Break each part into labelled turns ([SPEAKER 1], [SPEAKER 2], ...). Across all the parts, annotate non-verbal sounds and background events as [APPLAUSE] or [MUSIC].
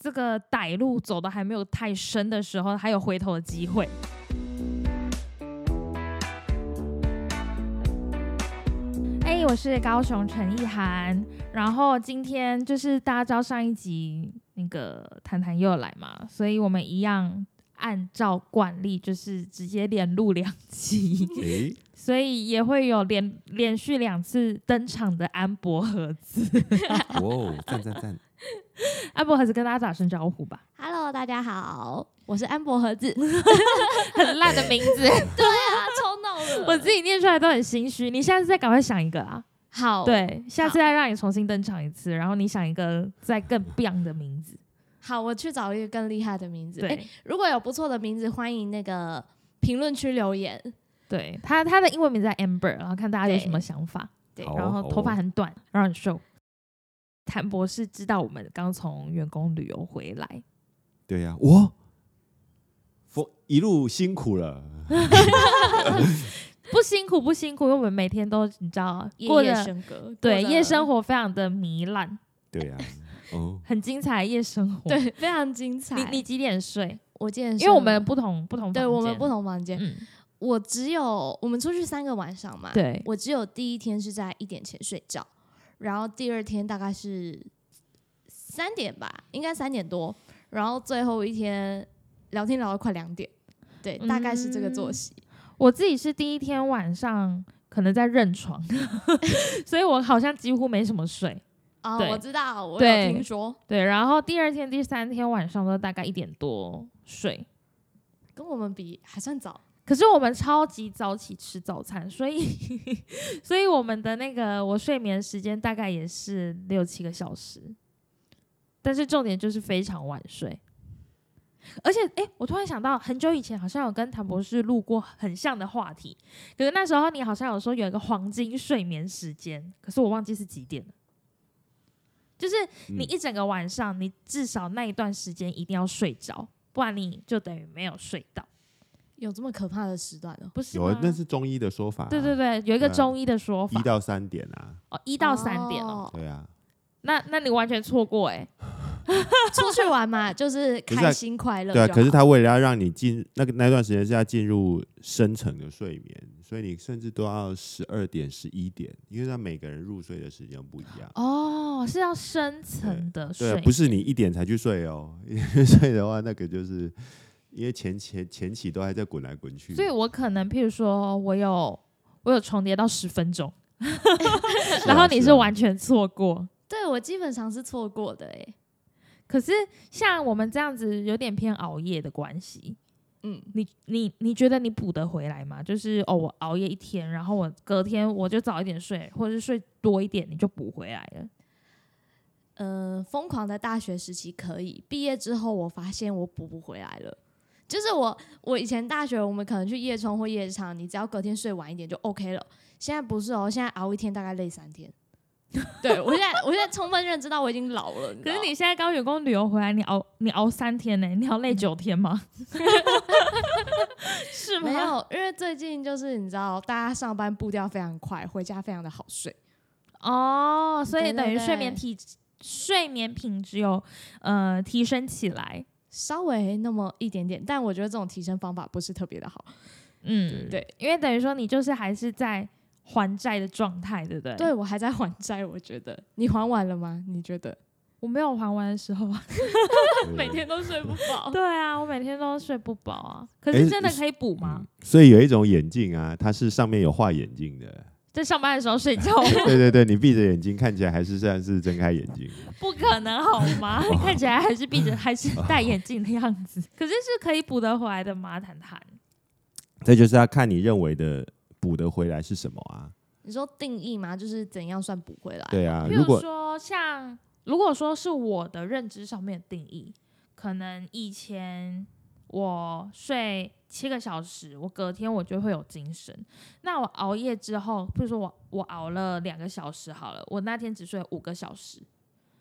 [SPEAKER 1] 这个歹路走的还没有太深的时候，还有回头的机会。哎、我是高雄陈意涵，然后今天就是大家知道上一集那个谈谈又来嘛，所以我们一样按照惯例，就是直接连录两集。 [LAUGHS]
[SPEAKER 2] 诶，
[SPEAKER 1] 所以也会有连连续两次登场的安博盒子。
[SPEAKER 2] 哇哦，赞赞赞！
[SPEAKER 1] 安博盒子跟大家打声招呼吧，
[SPEAKER 3] Hello，大家好，我是安博盒
[SPEAKER 1] [LAUGHS]
[SPEAKER 3] 子。
[SPEAKER 1] 很烂的名字，
[SPEAKER 3] 对啊，超闹 [LAUGHS] 的
[SPEAKER 1] 我自己念出来都很心虚。你下次再赶快想一个啊，
[SPEAKER 3] 好，，
[SPEAKER 1] 对，下次再让你重新登场一次，然后你想一个再更 b 的名字。
[SPEAKER 3] 好，我去找一个更厉害的名字。诶
[SPEAKER 1] 对
[SPEAKER 3] 如果有不错的名字，欢迎那个评论区留言。
[SPEAKER 1] 对，他他的英文名叫 Amber，然后看大家有什么
[SPEAKER 3] 对
[SPEAKER 1] 想法。
[SPEAKER 3] 对
[SPEAKER 2] 好哦
[SPEAKER 1] 然后
[SPEAKER 2] 好
[SPEAKER 1] 头发
[SPEAKER 2] 哦
[SPEAKER 1] 很短，然后很瘦。谭博士知道我们刚从员工旅游回来，
[SPEAKER 2] 对呀、我风一路辛苦了，
[SPEAKER 1] 不辛苦不辛苦，因为我们每天都你知道
[SPEAKER 3] 夜
[SPEAKER 1] 过
[SPEAKER 3] 夜
[SPEAKER 1] 得
[SPEAKER 3] 笙歌，
[SPEAKER 1] 对
[SPEAKER 3] 过得
[SPEAKER 1] 夜生，活非常的糜烂，
[SPEAKER 2] 对呀、哦，
[SPEAKER 1] 很精彩的夜生活。，
[SPEAKER 3] [LAUGHS] 对，非常精彩。
[SPEAKER 1] 你你几点睡？
[SPEAKER 3] 我健身，
[SPEAKER 1] 因为我们不同不同，
[SPEAKER 3] 对我们不，同房间，
[SPEAKER 1] 嗯，
[SPEAKER 3] 我只有我们出去三个晚上嘛，，
[SPEAKER 1] 对，
[SPEAKER 3] 我只有第一天是在一点前睡觉，然后第二天大概是三点吧，应该三点多，然后最后一天聊天聊到快两点，对，
[SPEAKER 1] 嗯
[SPEAKER 3] 大概是这个作息。
[SPEAKER 1] 我自己是第一天晚上可能在认床， [LAUGHS] 所以我好像几乎没什么睡。
[SPEAKER 3] 啊、
[SPEAKER 1] 对
[SPEAKER 3] 我知道，我
[SPEAKER 1] 对
[SPEAKER 3] 有听说，
[SPEAKER 1] 对，然后第二天、第三天晚上都大概一点多睡，
[SPEAKER 3] 跟我们比还算早，
[SPEAKER 1] 可是我们超级早起吃早餐，所以 [LAUGHS] 所以我们的那个我睡眠时间大概也是六七个小时，但是重点就是非常晚睡。而且，诶，我突然想到，很久以前好像有跟谭博士录过很像的话题，可是那时候你好像有说有一个黄金睡眠时间，可是我忘记是几点了。就是你
[SPEAKER 2] 嗯
[SPEAKER 1] 一整个晚上，你至少那一段时间一定要睡着，不然你就等于没有睡到，
[SPEAKER 3] 有这么可怕的时段哦。
[SPEAKER 1] 不是
[SPEAKER 2] 有
[SPEAKER 1] 吗
[SPEAKER 2] 啊，？那是中医的说法、
[SPEAKER 1] 对对，对，有一个
[SPEAKER 2] 对啊
[SPEAKER 1] 中医的说法
[SPEAKER 2] 一，到三点啊，
[SPEAKER 1] 哦，一到三点哦，
[SPEAKER 3] 哦，
[SPEAKER 2] 对啊，
[SPEAKER 1] 那那你完全错过哎、
[SPEAKER 3] 哦出去玩嘛，就是
[SPEAKER 2] 可是
[SPEAKER 3] 开
[SPEAKER 2] 啊
[SPEAKER 3] 心快乐就
[SPEAKER 2] 对
[SPEAKER 3] 好。
[SPEAKER 2] 啊。可是他为了要让你进那个那段时间是要进入深层的睡眠，所以你甚至都要十二点、十一点，因为他每个人入睡的时间不一样。
[SPEAKER 1] 哦，是要深层的
[SPEAKER 2] 对啊
[SPEAKER 1] 睡，，
[SPEAKER 2] 不是你一点才去睡哦， [LAUGHS] 一点睡的话，那个就是因为前前前期都还在滚来滚去，
[SPEAKER 1] 所以我可能譬如说我有我有重叠到十分钟，
[SPEAKER 2] 是啊
[SPEAKER 1] 然后你是
[SPEAKER 2] 啊
[SPEAKER 1] 完全错过。
[SPEAKER 3] 对我基本上是错过的哎。
[SPEAKER 1] 可是像我们这样子有点偏熬夜的关系，
[SPEAKER 3] 嗯，
[SPEAKER 1] 你你你觉得你补得回来吗？就是哦，我熬夜一天，然后我隔天我就早一点睡，或者是睡多一点，你就补回来了。
[SPEAKER 3] 呃，疯狂的大学时期可以，毕业之后我发现我补不回来了。就是我，我以前大学我们可能去夜冲或夜场，你只要隔天睡晚一点就 OK 了。现在不是哦，现在熬一天大概累三天。 [LAUGHS] 对我现在，我现在充分认知到我已经老了。
[SPEAKER 1] 可
[SPEAKER 3] 知
[SPEAKER 1] 是
[SPEAKER 3] 道
[SPEAKER 1] 你现在刚员工旅游回来，你熬你熬三天呢、你要累九天 [LAUGHS] 吗？是吗？
[SPEAKER 3] 没有，因为最近就是你知道，大家上班步调非常快，回家非常的好睡。
[SPEAKER 1] 哦，所以
[SPEAKER 3] 对对
[SPEAKER 1] 等于睡眠
[SPEAKER 3] 对
[SPEAKER 1] 体睡眠品质有呃提升起来。
[SPEAKER 3] 稍微那么一点点，但我觉得这种提升方法不是特别的好。
[SPEAKER 1] 嗯，
[SPEAKER 3] 对，
[SPEAKER 1] 因为等于说你就是还是在还债的状态，对不对？
[SPEAKER 3] 对，我还在还债，我觉得你还完了吗？你觉得
[SPEAKER 1] 我没有还完的时候 [LAUGHS] 啊。
[SPEAKER 2] 对
[SPEAKER 3] 每天都睡不饱？
[SPEAKER 1] [LAUGHS] 对啊，我每天都睡不饱啊。可
[SPEAKER 2] 诶
[SPEAKER 1] 是真的可以补吗？
[SPEAKER 2] 所以有一种眼镜啊，它是上面有画眼镜 [LAUGHS] 的。
[SPEAKER 1] 在上班的时候睡觉
[SPEAKER 2] 对对对，你闭着眼睛看起来还是像是睁开眼睛。
[SPEAKER 1] [LAUGHS] 不可能好吗？你看起来还是闭着，还是戴眼镜的样子。可是是可以补得回来的吗？谈谈。
[SPEAKER 2] 这就是要看你认为的补得回来是什么啊？
[SPEAKER 3] 你说定义嘛，就是怎样算补回来？
[SPEAKER 2] 对啊，
[SPEAKER 1] 譬
[SPEAKER 2] 如
[SPEAKER 1] 如
[SPEAKER 2] 果
[SPEAKER 1] 说像，如果说是我的认知上面的定义，可能以前我睡七个小时，我隔天我就会有精神。那我熬夜之后，譬如说我我熬了两个小时好了，我那天只睡五个小时，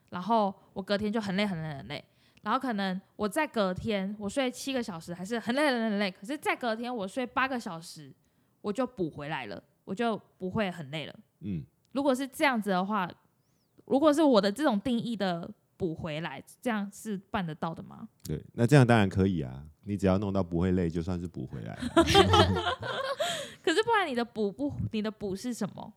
[SPEAKER 1] 然后我隔天就很累很累很累。然后可能我在隔天我睡七个小时还是很累很累很累，可是再隔天我睡八个小时，我就补回来了，我就不会很累了。
[SPEAKER 2] 嗯，
[SPEAKER 1] 如果是这样子的话，如果是我的这种定义的补回来，这样是办得到的吗？
[SPEAKER 2] 对，那这样当然可以啊，你只要弄到不会累，就算是补回来了。
[SPEAKER 1] 可是不然你的补不，你的补是什么？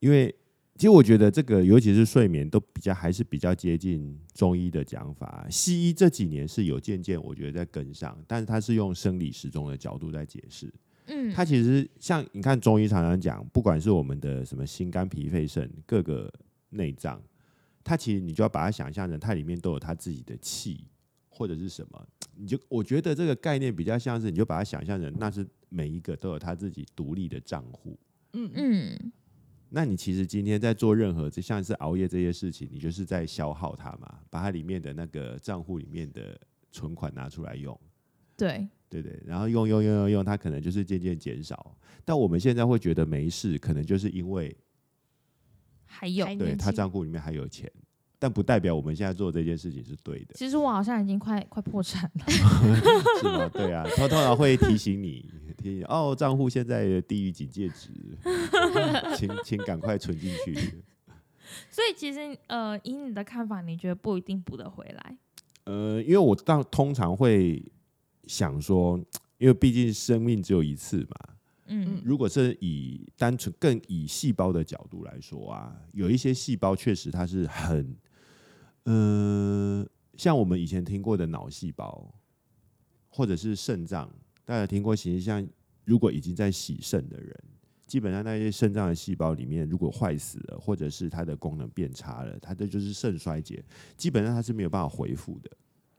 [SPEAKER 2] 因为其实我觉得这个，尤其是睡眠，都比较还是比较接近中医的讲法。西医这几年是有渐渐，我觉得在跟上，但是它是用生理时钟的角度在解释。
[SPEAKER 1] 嗯，
[SPEAKER 2] 它其实像你看中医常常讲，不管是我们的什么心、肝、脾、肺、肾各个内脏，它其实你就要把它想象成它里面都有它自己的气或者是什么。你就我觉得这个概念比较像是，你就把它想象成那是每一个都有它自己独立的账户。
[SPEAKER 3] 嗯嗯，
[SPEAKER 1] 嗯，
[SPEAKER 2] 那你其实今天在做任何，就像是熬夜这些事情，你就是在消耗它嘛，把它里面的那个账户里面的存款拿出来用，
[SPEAKER 1] 对，
[SPEAKER 2] 对不对，然后用用用用用，它可能就是渐渐减少。但我们现在会觉得没事，可能就是因为
[SPEAKER 1] 还有
[SPEAKER 3] 还，
[SPEAKER 2] 对
[SPEAKER 3] 年
[SPEAKER 2] 他
[SPEAKER 3] 轻
[SPEAKER 2] 账户里面还有钱，但不代表我们现在做这件事情是对
[SPEAKER 1] [LAUGHS]
[SPEAKER 2] 的，
[SPEAKER 1] 其实我好像已经快快破产了。
[SPEAKER 2] 是吗？对啊，他通常会提醒你，提醒哦，账户现在低于警戒值，请请赶快存进去。
[SPEAKER 1] 所以其实呃，以你的看法，你觉得不一定补得回来。
[SPEAKER 2] 呃，因为我到通常会想说，因为毕竟生命只有一次嘛。
[SPEAKER 1] 嗯
[SPEAKER 2] 如果是以单纯更以细胞的角度来说啊，有一些细胞确实它是很，呃，像我们以前听过的脑细胞，或者是肾脏，大家听过，其实像如果已经在洗肾的人，基本上那些肾脏的细胞里面，如果坏死了，或者是它的功能变差了，它这就是肾衰竭，基本上它是没有办法恢复的。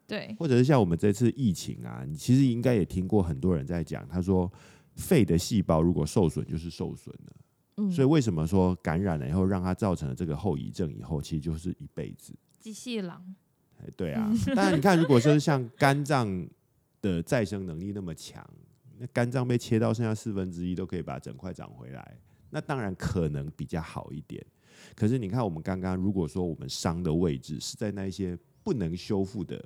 [SPEAKER 1] 对，
[SPEAKER 2] 或者是像我们这次疫情啊，你其实应该也听过很多人在讲，他说肺的细胞如果受损就是受损了，
[SPEAKER 3] 嗯
[SPEAKER 2] 所以为什么说感染了以后让它造成了这个后遗症以后，其实就是一辈子。
[SPEAKER 1] 机器狼，
[SPEAKER 2] 哎对啊，当然你看，如果说是像肝脏的再生能力那么强，那肝脏被切到剩下四分之一都可以把整块长回来，那当然可能比较好一点。可是你看，我们刚刚如果说我们伤的位置是在那一些不能修复的、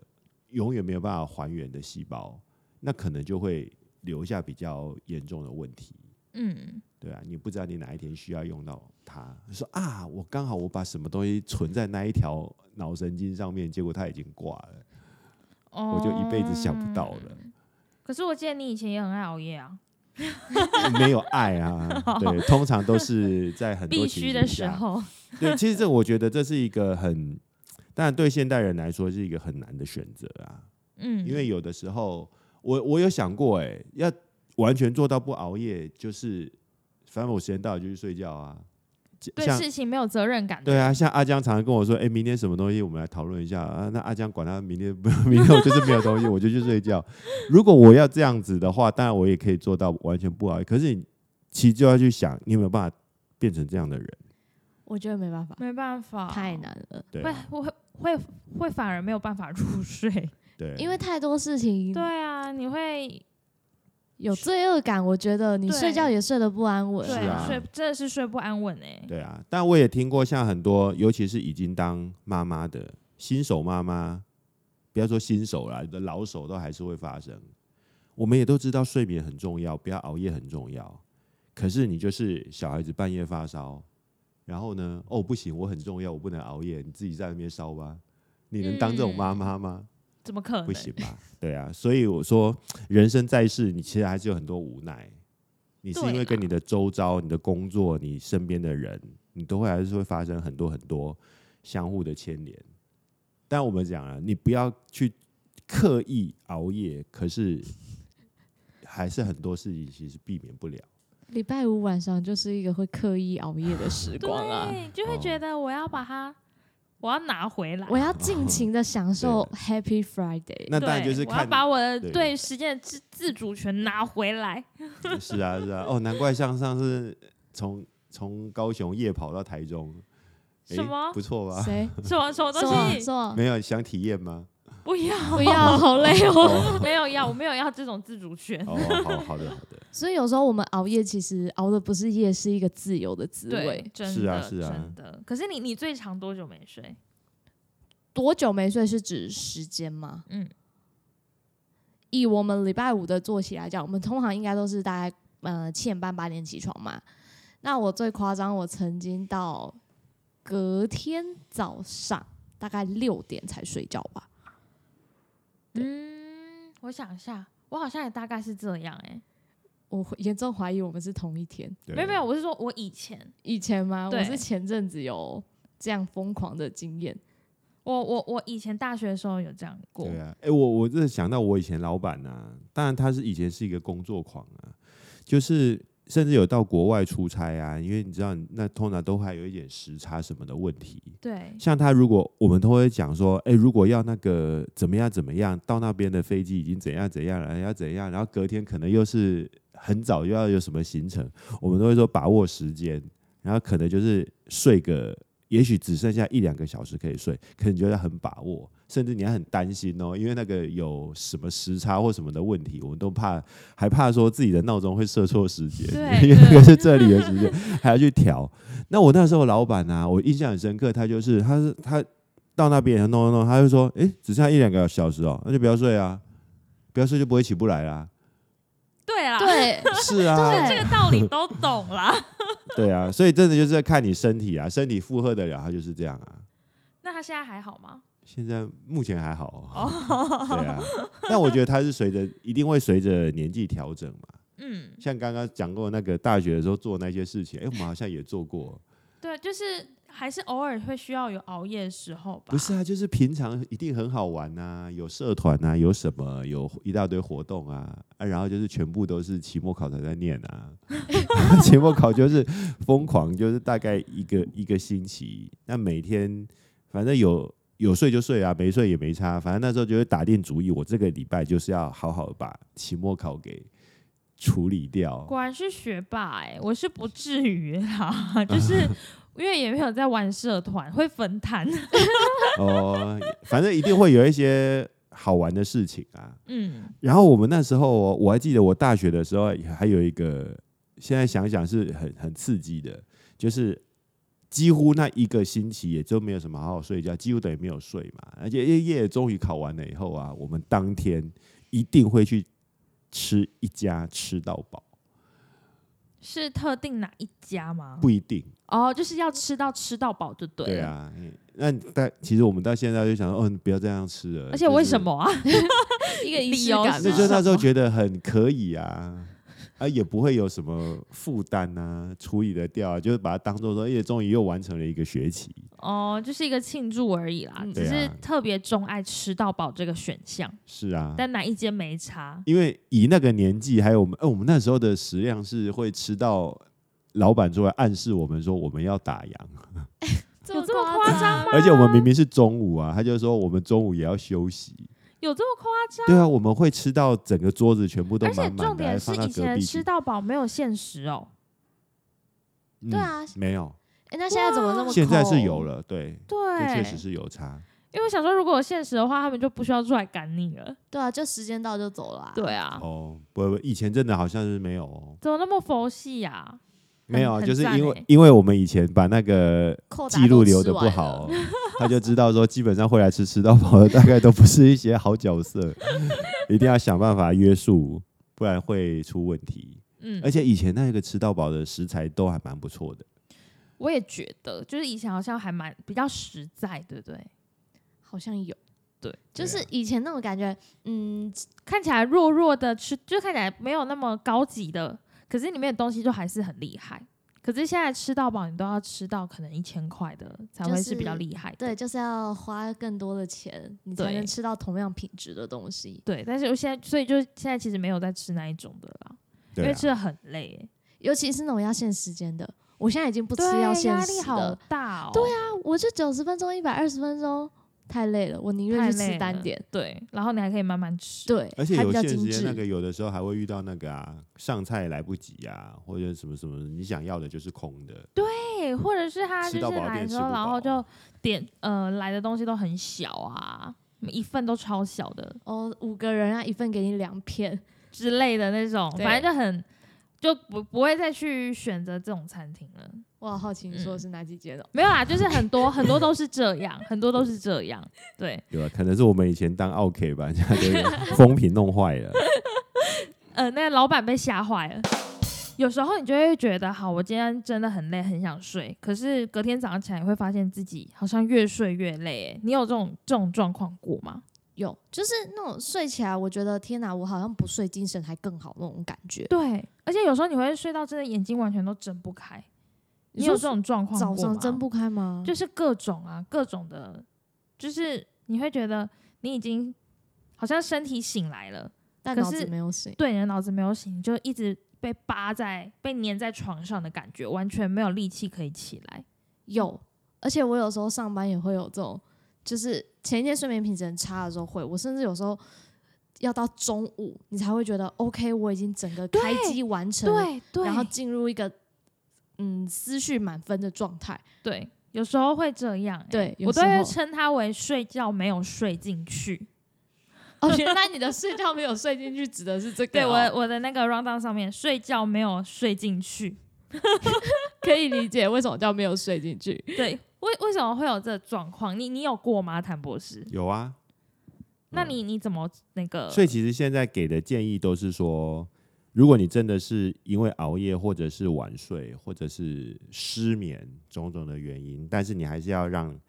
[SPEAKER 2] 永远没有办法还原的细胞，那可能就会留下比较严重的问题。
[SPEAKER 1] 嗯，
[SPEAKER 2] 对啊，你不知道你哪一天需要用到它。你说啊，我刚好我把什么东西存在那一条脑神经上面，结果它已经挂了，
[SPEAKER 1] 哦
[SPEAKER 2] 我就一辈子想不到。了。
[SPEAKER 1] 可是我记得你以前也很爱熬夜啊，
[SPEAKER 2] 没有爱
[SPEAKER 1] [LAUGHS]
[SPEAKER 2] 啊，对，通常都是在很多
[SPEAKER 1] 必
[SPEAKER 2] 情
[SPEAKER 1] 须
[SPEAKER 2] 形
[SPEAKER 1] 的时
[SPEAKER 2] 下。
[SPEAKER 1] 候，
[SPEAKER 2] 对，其实这我觉得这是一个很，当然对现代人来说是一个很难的选择啊，
[SPEAKER 1] 嗯，
[SPEAKER 2] 因为有的时候我我有想过、哎，要完全做到不熬夜，就是反正我时间到了就去睡觉啊。
[SPEAKER 1] 对
[SPEAKER 2] 像
[SPEAKER 1] 事情没有责任
[SPEAKER 3] 嗯
[SPEAKER 1] 感的
[SPEAKER 2] 对啊，像阿江常常跟我说，哎、明天什么东西我们来讨论一下啊。那阿江管他明天不，明天我就是没有东西，我就去睡觉。 [LAUGHS] 如果我要这样子的话，当然我也可以做到完全不熬夜。可是你其实就要去想，你有没有办法变成这样的人？
[SPEAKER 3] 我觉得没办法，
[SPEAKER 1] 没办法，
[SPEAKER 3] 太，难了，
[SPEAKER 2] 对
[SPEAKER 1] 会
[SPEAKER 2] 啊，
[SPEAKER 1] 会会会反而没有办法入睡。
[SPEAKER 2] 对，
[SPEAKER 3] 因为太多事情
[SPEAKER 1] 对啊，你会
[SPEAKER 3] 有罪恶感，我觉得你
[SPEAKER 1] 对
[SPEAKER 3] 睡觉也睡得不安稳。
[SPEAKER 1] 对
[SPEAKER 2] 是啊
[SPEAKER 1] 睡真的是睡不安稳哎。
[SPEAKER 2] 对啊。但我也听过像很多，尤其是已经当妈妈的新手妈妈，不要说新手啦，老手都还是会发生。我们也都知道睡眠很重要，不要熬夜很重要。可是你就是小孩子半夜发烧，然后呢，哦不行，我很重要，我不能熬夜，你自己在那边烧吧。你能当这种妈妈吗？
[SPEAKER 1] 怎么可能？
[SPEAKER 2] 不行吧？对啊，所以我说，人生在世，你其实还是有很多无奈。你是因
[SPEAKER 1] 对啊
[SPEAKER 2] 为
[SPEAKER 1] 啦
[SPEAKER 2] 跟你的周遭、你的工作、你身边的人，你都会还是会发生很多很多相互的牵连。但我们讲啊，你不要去刻意熬夜，可是还是很多事情其实避免不了。
[SPEAKER 3] 礼拜五晚上就是一个会刻意熬夜的时光啊！
[SPEAKER 1] 对，就会
[SPEAKER 2] 哦
[SPEAKER 1] 觉得我要把它，我要拿回来。
[SPEAKER 3] 我要尽情的享受
[SPEAKER 2] 对
[SPEAKER 3] Happy Friday。
[SPEAKER 2] 那当然
[SPEAKER 1] 对
[SPEAKER 2] 就是
[SPEAKER 1] 我要
[SPEAKER 2] 看
[SPEAKER 1] 把我的
[SPEAKER 2] 对
[SPEAKER 1] 对时间的自自主权拿回来。
[SPEAKER 2] 是啊，是啊，哦，难怪像上次从从高雄夜跑到台中，诶
[SPEAKER 1] 什么
[SPEAKER 2] 不错吧？
[SPEAKER 3] 谁？
[SPEAKER 1] 什么什么
[SPEAKER 2] [LAUGHS]
[SPEAKER 3] 什么
[SPEAKER 1] 东西？
[SPEAKER 3] 什么？
[SPEAKER 2] 没有想体验吗？
[SPEAKER 1] 不要，
[SPEAKER 3] 不要，好
[SPEAKER 1] 哎
[SPEAKER 3] 累 [LAUGHS] 哦。
[SPEAKER 2] 哦
[SPEAKER 1] 没有要，我没有要这种自主权。
[SPEAKER 2] 哦，好好的好的，
[SPEAKER 3] 所以有时候我们熬夜，其实熬的不是夜，是一个自由的滋
[SPEAKER 1] 对
[SPEAKER 3] 味，。
[SPEAKER 1] 真
[SPEAKER 2] 是啊
[SPEAKER 1] 的，
[SPEAKER 2] 是啊
[SPEAKER 1] 真的。可是你你最长多久没睡？
[SPEAKER 3] 多久没睡是指时间吗？
[SPEAKER 1] 嗯，
[SPEAKER 3] 以我们礼拜五的作息来讲，我们通常应该都是大概呃七点半八点起床嘛。那我最夸张，我曾经到隔天早上大概六点才睡觉吧。
[SPEAKER 1] 嗯，我想一下，我好像也大概是这样哎、
[SPEAKER 3] 我会严重怀疑我们是同一天。
[SPEAKER 2] 对
[SPEAKER 1] 没有没有，我是说我以前，
[SPEAKER 3] 以前吗？
[SPEAKER 1] 对
[SPEAKER 3] 我是前阵子有这样疯狂的经验。
[SPEAKER 1] 我我我以前大学的时候有这样过，
[SPEAKER 2] 对啊，哎、我我真的想到我以前老板呐、啊当然他是以前是一个工作狂啊，就是甚至有到国外出差啊，因为你知道那通常都还有一点时差什么的问题。
[SPEAKER 1] 对
[SPEAKER 2] 像他如果我们都会讲说，哎、如果要那个怎么样怎么样，到那边的飞机已经怎样怎样了，要怎样，然后隔天可能又是很早又要有什么行程，我们都会说把握时间，然后可能就是睡个，也许只剩下一两个小时可以睡，可能你就要很把握，甚至你还很担心哦，因为那个有什么时差或什么的问题，我们都怕，还怕说自己的闹钟会设错时间，
[SPEAKER 1] 对
[SPEAKER 2] 因为
[SPEAKER 1] 对
[SPEAKER 2] 那个是这里的时间，还要去调。那我那时候老板啊，我印象很深刻，他就是他是他到那边弄弄弄，他就说，诶，只剩下一两个小时哦，那就不要睡啊，不要睡就不会起不来啦。
[SPEAKER 1] 对啦，
[SPEAKER 3] 对，
[SPEAKER 2] [LAUGHS] 是啊，
[SPEAKER 1] 这个道理都懂啦。
[SPEAKER 2] 对啊，所以真的就是要看你身体啊，身体负荷得了，它就是这样啊。
[SPEAKER 1] [LAUGHS] 那他现在还好吗？
[SPEAKER 2] 现在目前还好、哦， [LAUGHS] 对啊。但我觉得它是随着一定会随着年纪调整嘛。
[SPEAKER 1] 嗯，
[SPEAKER 2] 像刚刚讲过那个大学的时候做那些事情，哎、我们好像也做过。
[SPEAKER 1] 对，就是还是偶尔会需要有熬夜的时候吧。
[SPEAKER 2] 不是啊，就是平常一定很好玩呐、有社团呐、有什么有一大堆活动啊啊，然后就是全部都是期末考才在念啊， [LAUGHS] 期末考就是疯狂，就是大概一个一个星期，那每天反正有有睡就睡啊，没睡也没差，反正那时候就会打定主意，我这个礼拜就是要好好把期末考给处理掉。
[SPEAKER 1] [LAUGHS] 果然是学霸哎、我是不至于
[SPEAKER 2] [LAUGHS]
[SPEAKER 1] 啦，就是因为也没有在玩社团，会分摊。
[SPEAKER 2] 哦，反正一定会有一些好玩的事情啊。
[SPEAKER 1] 嗯，
[SPEAKER 2] 然后我们那时候哦，我还记得我大学的时候还有一个，现在想想是很很刺激的，就是几乎那一个星期也就没有什么好好睡觉，几乎等于没有睡嘛。而且夜夜终于考完了以后啊，我们当天一定会去吃一家吃到饱，
[SPEAKER 1] 是特定哪一家吗？
[SPEAKER 2] 不一定。
[SPEAKER 1] 哦，就是要吃到吃到饱就对了。
[SPEAKER 2] 对啊，嗯那但其实我们到现在就想说，嗯、你不要这样吃了。
[SPEAKER 1] 而且为什
[SPEAKER 2] 么？
[SPEAKER 1] 么啊？
[SPEAKER 3] 一个仪
[SPEAKER 1] [LAUGHS] 理
[SPEAKER 3] 式
[SPEAKER 1] 由
[SPEAKER 3] 感啊
[SPEAKER 1] 是
[SPEAKER 2] 那
[SPEAKER 3] 嘛。
[SPEAKER 2] 就那时候觉得很可以啊，啊也不会有什么负担啊，处理得掉啊，就是把它当做说，哎，终于又完成了一个学期。
[SPEAKER 1] 哦，就是一个庆祝而已啦，
[SPEAKER 3] 嗯
[SPEAKER 1] 只
[SPEAKER 2] 对
[SPEAKER 1] 是
[SPEAKER 2] 啊
[SPEAKER 1] 特别钟爱吃到饱这个选项，
[SPEAKER 2] 是啊，
[SPEAKER 1] 但哪一间没差？
[SPEAKER 2] 因为以那个年纪，还有我们，呃，我们那时候的食量是会吃到。老板出来暗示我们说我们要打烊，
[SPEAKER 1] 有这么夸张吗？
[SPEAKER 2] 而且我们明明是中午啊，他就说我们中午也要休息。
[SPEAKER 1] 有这么夸张？
[SPEAKER 2] 对啊，我们会吃到整个桌子全部都
[SPEAKER 1] 而且
[SPEAKER 2] 满满
[SPEAKER 1] 重
[SPEAKER 2] 的，还
[SPEAKER 1] 点是
[SPEAKER 2] 放到
[SPEAKER 1] 以
[SPEAKER 2] 隔
[SPEAKER 1] 前
[SPEAKER 2] 壁
[SPEAKER 1] 的
[SPEAKER 2] 去
[SPEAKER 1] 吃。到饱没有限时哦。
[SPEAKER 2] 嗯
[SPEAKER 3] 对，啊，
[SPEAKER 2] 没有，
[SPEAKER 3] 哎，那现在怎么那么？
[SPEAKER 2] 现在是有。了，对，这
[SPEAKER 1] 对，
[SPEAKER 2] 确实是有差。
[SPEAKER 1] 因为我想说，如果有限时的话，他们就不需要出来赶你了。
[SPEAKER 3] 对啊，就时间到就走了啊。
[SPEAKER 1] 对啊，
[SPEAKER 2] 哦，不不，以前真的好像是没有哦，
[SPEAKER 1] 怎么那么佛系呀、
[SPEAKER 2] 没有啊，
[SPEAKER 1] 很
[SPEAKER 2] 就是
[SPEAKER 1] 赞
[SPEAKER 2] 因为
[SPEAKER 1] 欸
[SPEAKER 2] 因为我们以前把那个
[SPEAKER 3] 扣打
[SPEAKER 2] 记录
[SPEAKER 3] 都
[SPEAKER 2] 留
[SPEAKER 3] 吃
[SPEAKER 2] 的不
[SPEAKER 3] 完
[SPEAKER 2] 好
[SPEAKER 3] 了
[SPEAKER 2] 哦，他就知道说基本上会来吃吃到饱的大概都不是一些好角
[SPEAKER 3] [LAUGHS]
[SPEAKER 2] 色，一定要想办法约束，不然会出问题。
[SPEAKER 1] 嗯
[SPEAKER 2] 而，且以前那个吃到饱的食材都还蛮不错的，
[SPEAKER 1] 我也觉得，就是以前好像还蛮比较实在，对不对？
[SPEAKER 3] 好像有。
[SPEAKER 1] 对，啊
[SPEAKER 3] 就是以前那种感觉，嗯，
[SPEAKER 1] 看起来弱弱的吃，就看起来没有那么高级的，可是里面的东西就还是很厉害。可是现在吃到饱，你都要吃到可能一千块的才
[SPEAKER 3] 就
[SPEAKER 1] 会
[SPEAKER 3] 是
[SPEAKER 1] 是比较厉害的。
[SPEAKER 3] 对，就是要花更多的钱，你才
[SPEAKER 1] 对
[SPEAKER 3] 能吃到同样品质的东西。
[SPEAKER 1] 对，但是我现在所以就现在其实没有在吃那一种的啦，因
[SPEAKER 2] 对、
[SPEAKER 1] 为
[SPEAKER 2] 啊，
[SPEAKER 1] 吃的很累欸、
[SPEAKER 3] 尤其是那种要限时间的，我现在已经不吃
[SPEAKER 1] 对
[SPEAKER 3] 要限
[SPEAKER 1] 压
[SPEAKER 3] 时
[SPEAKER 1] 力
[SPEAKER 3] 的
[SPEAKER 1] 好，大哦。
[SPEAKER 3] 对啊，我就九十分钟、一百二十分钟，太累了，我宁愿
[SPEAKER 1] 太
[SPEAKER 3] 去
[SPEAKER 1] 累
[SPEAKER 3] 吃单
[SPEAKER 1] 了
[SPEAKER 3] 点。
[SPEAKER 1] 对，然后你还可以慢慢吃。
[SPEAKER 3] 对，
[SPEAKER 2] 而且
[SPEAKER 3] 还
[SPEAKER 2] 有
[SPEAKER 3] 比较
[SPEAKER 2] 限
[SPEAKER 3] 精
[SPEAKER 2] 时间
[SPEAKER 3] 致。
[SPEAKER 2] 那个有的时候还会遇到那个啊，上菜来不及啊，或者什么什么，你想要的就是空的，
[SPEAKER 1] 对，或者是他
[SPEAKER 2] 吃
[SPEAKER 1] 就
[SPEAKER 2] 到
[SPEAKER 1] 是
[SPEAKER 2] 饱
[SPEAKER 1] 来
[SPEAKER 2] 店
[SPEAKER 1] 的
[SPEAKER 2] 吃
[SPEAKER 1] 时候，
[SPEAKER 2] 不
[SPEAKER 1] 然后
[SPEAKER 2] 饱哦
[SPEAKER 1] 就点呃来的东西都很小啊，一份都超小的
[SPEAKER 3] 哦，五个人啊，一份给你两片，
[SPEAKER 1] 之类的那种，
[SPEAKER 3] 对
[SPEAKER 1] 反正就很就不不会再去选择这种餐厅了。
[SPEAKER 3] 我好好奇你
[SPEAKER 1] 嗯
[SPEAKER 3] 说的是哪几间哦？
[SPEAKER 1] 没有啦，就是很多很多都是这样，很多都是这样。对，
[SPEAKER 2] 对吧、可能是我们以前当 OK 吧，
[SPEAKER 3] [LAUGHS]
[SPEAKER 2] 现在都风评弄坏了。
[SPEAKER 1] 呃，那个老板被吓坏了。有时候你就会觉得，好，我今天真的很累，很想睡，可是隔天早上起来，你会发现自己好像越睡越累。哎你有这种这种状况过吗？
[SPEAKER 3] 有，就是那种睡起来，我觉得天哪，我好像不睡精神还更好那种感觉。
[SPEAKER 1] 对，而且有时候你会睡到真的眼睛完全都睁不开。你有
[SPEAKER 3] 说
[SPEAKER 1] 这种状况
[SPEAKER 3] 早
[SPEAKER 1] 过
[SPEAKER 3] 上
[SPEAKER 1] 吗
[SPEAKER 3] 睁不开吗？
[SPEAKER 1] 就是各种啊，各种的，就是你会觉得你已经好像身体醒来了，
[SPEAKER 3] 但
[SPEAKER 1] 可
[SPEAKER 3] 脑
[SPEAKER 1] 是
[SPEAKER 3] 子没有醒。
[SPEAKER 1] 对，你的脑子没有醒，你就一直被扒在、被粘在床上的感觉，完全没有力气可以起来。
[SPEAKER 3] 有，而且我有时候上班也会有这种，就是前一天睡眠品质很差的时候会，我甚至有时候要到中午你才会觉得 OK，我已经整个开
[SPEAKER 1] 对
[SPEAKER 3] 机完成了，
[SPEAKER 1] 对对，
[SPEAKER 3] 然后进入一个嗯思绪满分的状 [LAUGHS] 态。
[SPEAKER 1] 对，有时候会这样、欸。
[SPEAKER 3] 对，有
[SPEAKER 1] 我
[SPEAKER 3] 时
[SPEAKER 1] 都会
[SPEAKER 3] 候
[SPEAKER 1] 称它为睡觉没有睡进去。
[SPEAKER 3] 哦，原来你的睡觉没有睡进去，指的是这个
[SPEAKER 1] 对
[SPEAKER 3] 哦、
[SPEAKER 1] 我我的那个 rundown 上面，睡觉没有睡进去。
[SPEAKER 3] 可以理解为什么叫没有睡进去。
[SPEAKER 1] 对， [LAUGHS] 为为什么会有这状况？你你有过吗，谭博士？
[SPEAKER 2] 有啊，
[SPEAKER 1] 那你你怎么那个？
[SPEAKER 2] 所以其实现在给的建议都是说，如果你真的是因为熬夜或者是晚睡或者是失眠种种的原因，但是你还是要让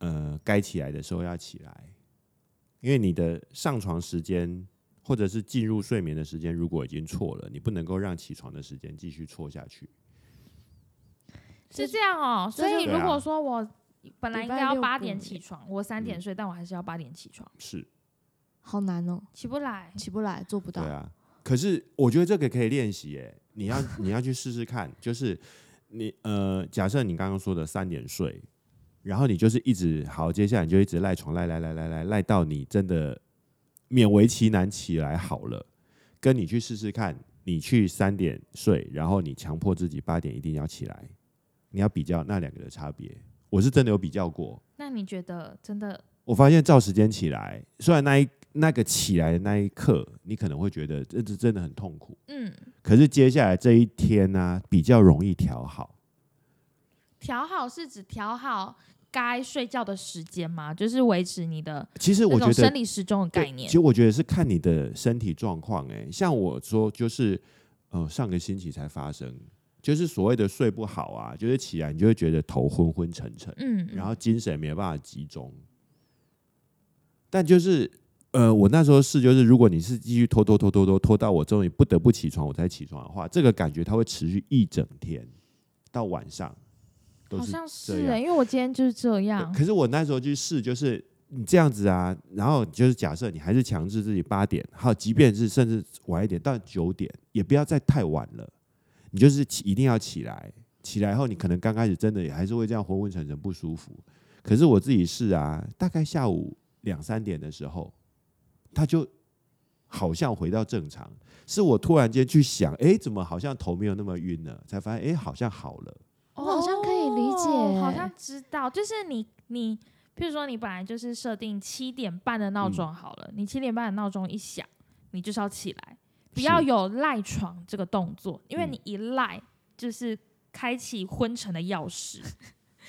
[SPEAKER 2] 呃该起来的时候要起来，因为你的上床时间或者是进入睡眠的时间如果已经错了，你不能够让起床的时间继续错下去。
[SPEAKER 1] 是这样哦、所
[SPEAKER 3] 这
[SPEAKER 1] 以
[SPEAKER 2] 就
[SPEAKER 1] 如
[SPEAKER 2] 对
[SPEAKER 1] 果
[SPEAKER 2] 啊
[SPEAKER 1] 说我本来
[SPEAKER 3] 礼
[SPEAKER 1] 应
[SPEAKER 3] 拜
[SPEAKER 1] 该要
[SPEAKER 3] 六欸
[SPEAKER 1] 八
[SPEAKER 3] 不
[SPEAKER 1] 点
[SPEAKER 3] 能
[SPEAKER 1] 起床，我三点
[SPEAKER 2] 嗯
[SPEAKER 1] 睡，但我还是要八点起床，
[SPEAKER 2] 是，
[SPEAKER 3] [LAUGHS] 好难哦，
[SPEAKER 1] 起不来。
[SPEAKER 3] 起不来，做不到
[SPEAKER 2] 对。啊，可是我觉得这个可以练习耶，你要 [LAUGHS] 你要去试试看，就是你呃，假设你刚刚说的三点睡，然后你就是一直好，接下来你就一直赖床赖赖赖赖赖赖到你真的勉为其难起来好了，跟你去试试看，你去三点睡，然后你强迫自己八点一定要起来，你要比较那两个的差别，我是真的有比较过，
[SPEAKER 1] 那你觉得真的
[SPEAKER 2] 我发现照时间起来，虽然那一那个起来的那一刻，你可能会觉得这这真的很痛苦，
[SPEAKER 1] 嗯
[SPEAKER 2] 可是接下来这一天呢、比较容易调好。
[SPEAKER 1] 调好是指调好该睡觉的时间吗？就是维持你的
[SPEAKER 2] 其实
[SPEAKER 1] 那
[SPEAKER 2] 我觉
[SPEAKER 1] 种
[SPEAKER 2] 得
[SPEAKER 1] 生理时钟的
[SPEAKER 2] 对
[SPEAKER 1] 概
[SPEAKER 2] 其
[SPEAKER 1] 念
[SPEAKER 2] 实。我觉得是看你的身体状况。哎，像我说就是，呃，上个星期才发生，就是所谓的睡不好啊，就是起来你就会觉得头昏昏沉沉，
[SPEAKER 1] 嗯，
[SPEAKER 2] 然后精神没有办法集中。但就是呃，我那时候是就是，如果你是继续拖拖拖拖拖拖到我终于不得不起床我才起床的话，这个感觉它会持续一整天到晚上，都
[SPEAKER 1] 好
[SPEAKER 2] 是
[SPEAKER 1] 像
[SPEAKER 2] 这
[SPEAKER 1] 是、
[SPEAKER 2] 样
[SPEAKER 1] 欸，因为我今天就是这样
[SPEAKER 2] 对。可是我那时候去试，就是你这样子啊，然后就是假设你还是强制自己八点，好，即便是甚至晚一点到九点，也不要再太晚了。你就是起一定要起来，起来后你可能刚开始真的也还是会这样昏昏沉沉不舒服。可是我自己试啊，大概下午两三点的时候，他就好像回到正常。是我突然间去想，诶，怎么好像头没有那么晕了？才发现，诶，好像好了。
[SPEAKER 1] 我
[SPEAKER 3] 好像可以理解
[SPEAKER 1] 哦好
[SPEAKER 3] 欸
[SPEAKER 1] 像知道，就是你你，譬如说你本来就是设定七点半的
[SPEAKER 2] 嗯
[SPEAKER 1] 闹钟好了，你七点半的闹钟一响，你就是要起来，不要
[SPEAKER 2] 是
[SPEAKER 1] 有赖床这个动作，因为
[SPEAKER 2] 嗯
[SPEAKER 1] 你一赖就是开启昏沉的钥
[SPEAKER 2] [LAUGHS]
[SPEAKER 1] 匙，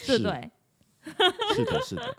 [SPEAKER 1] 对不对？
[SPEAKER 2] 是的，是
[SPEAKER 1] [LAUGHS]
[SPEAKER 2] 的，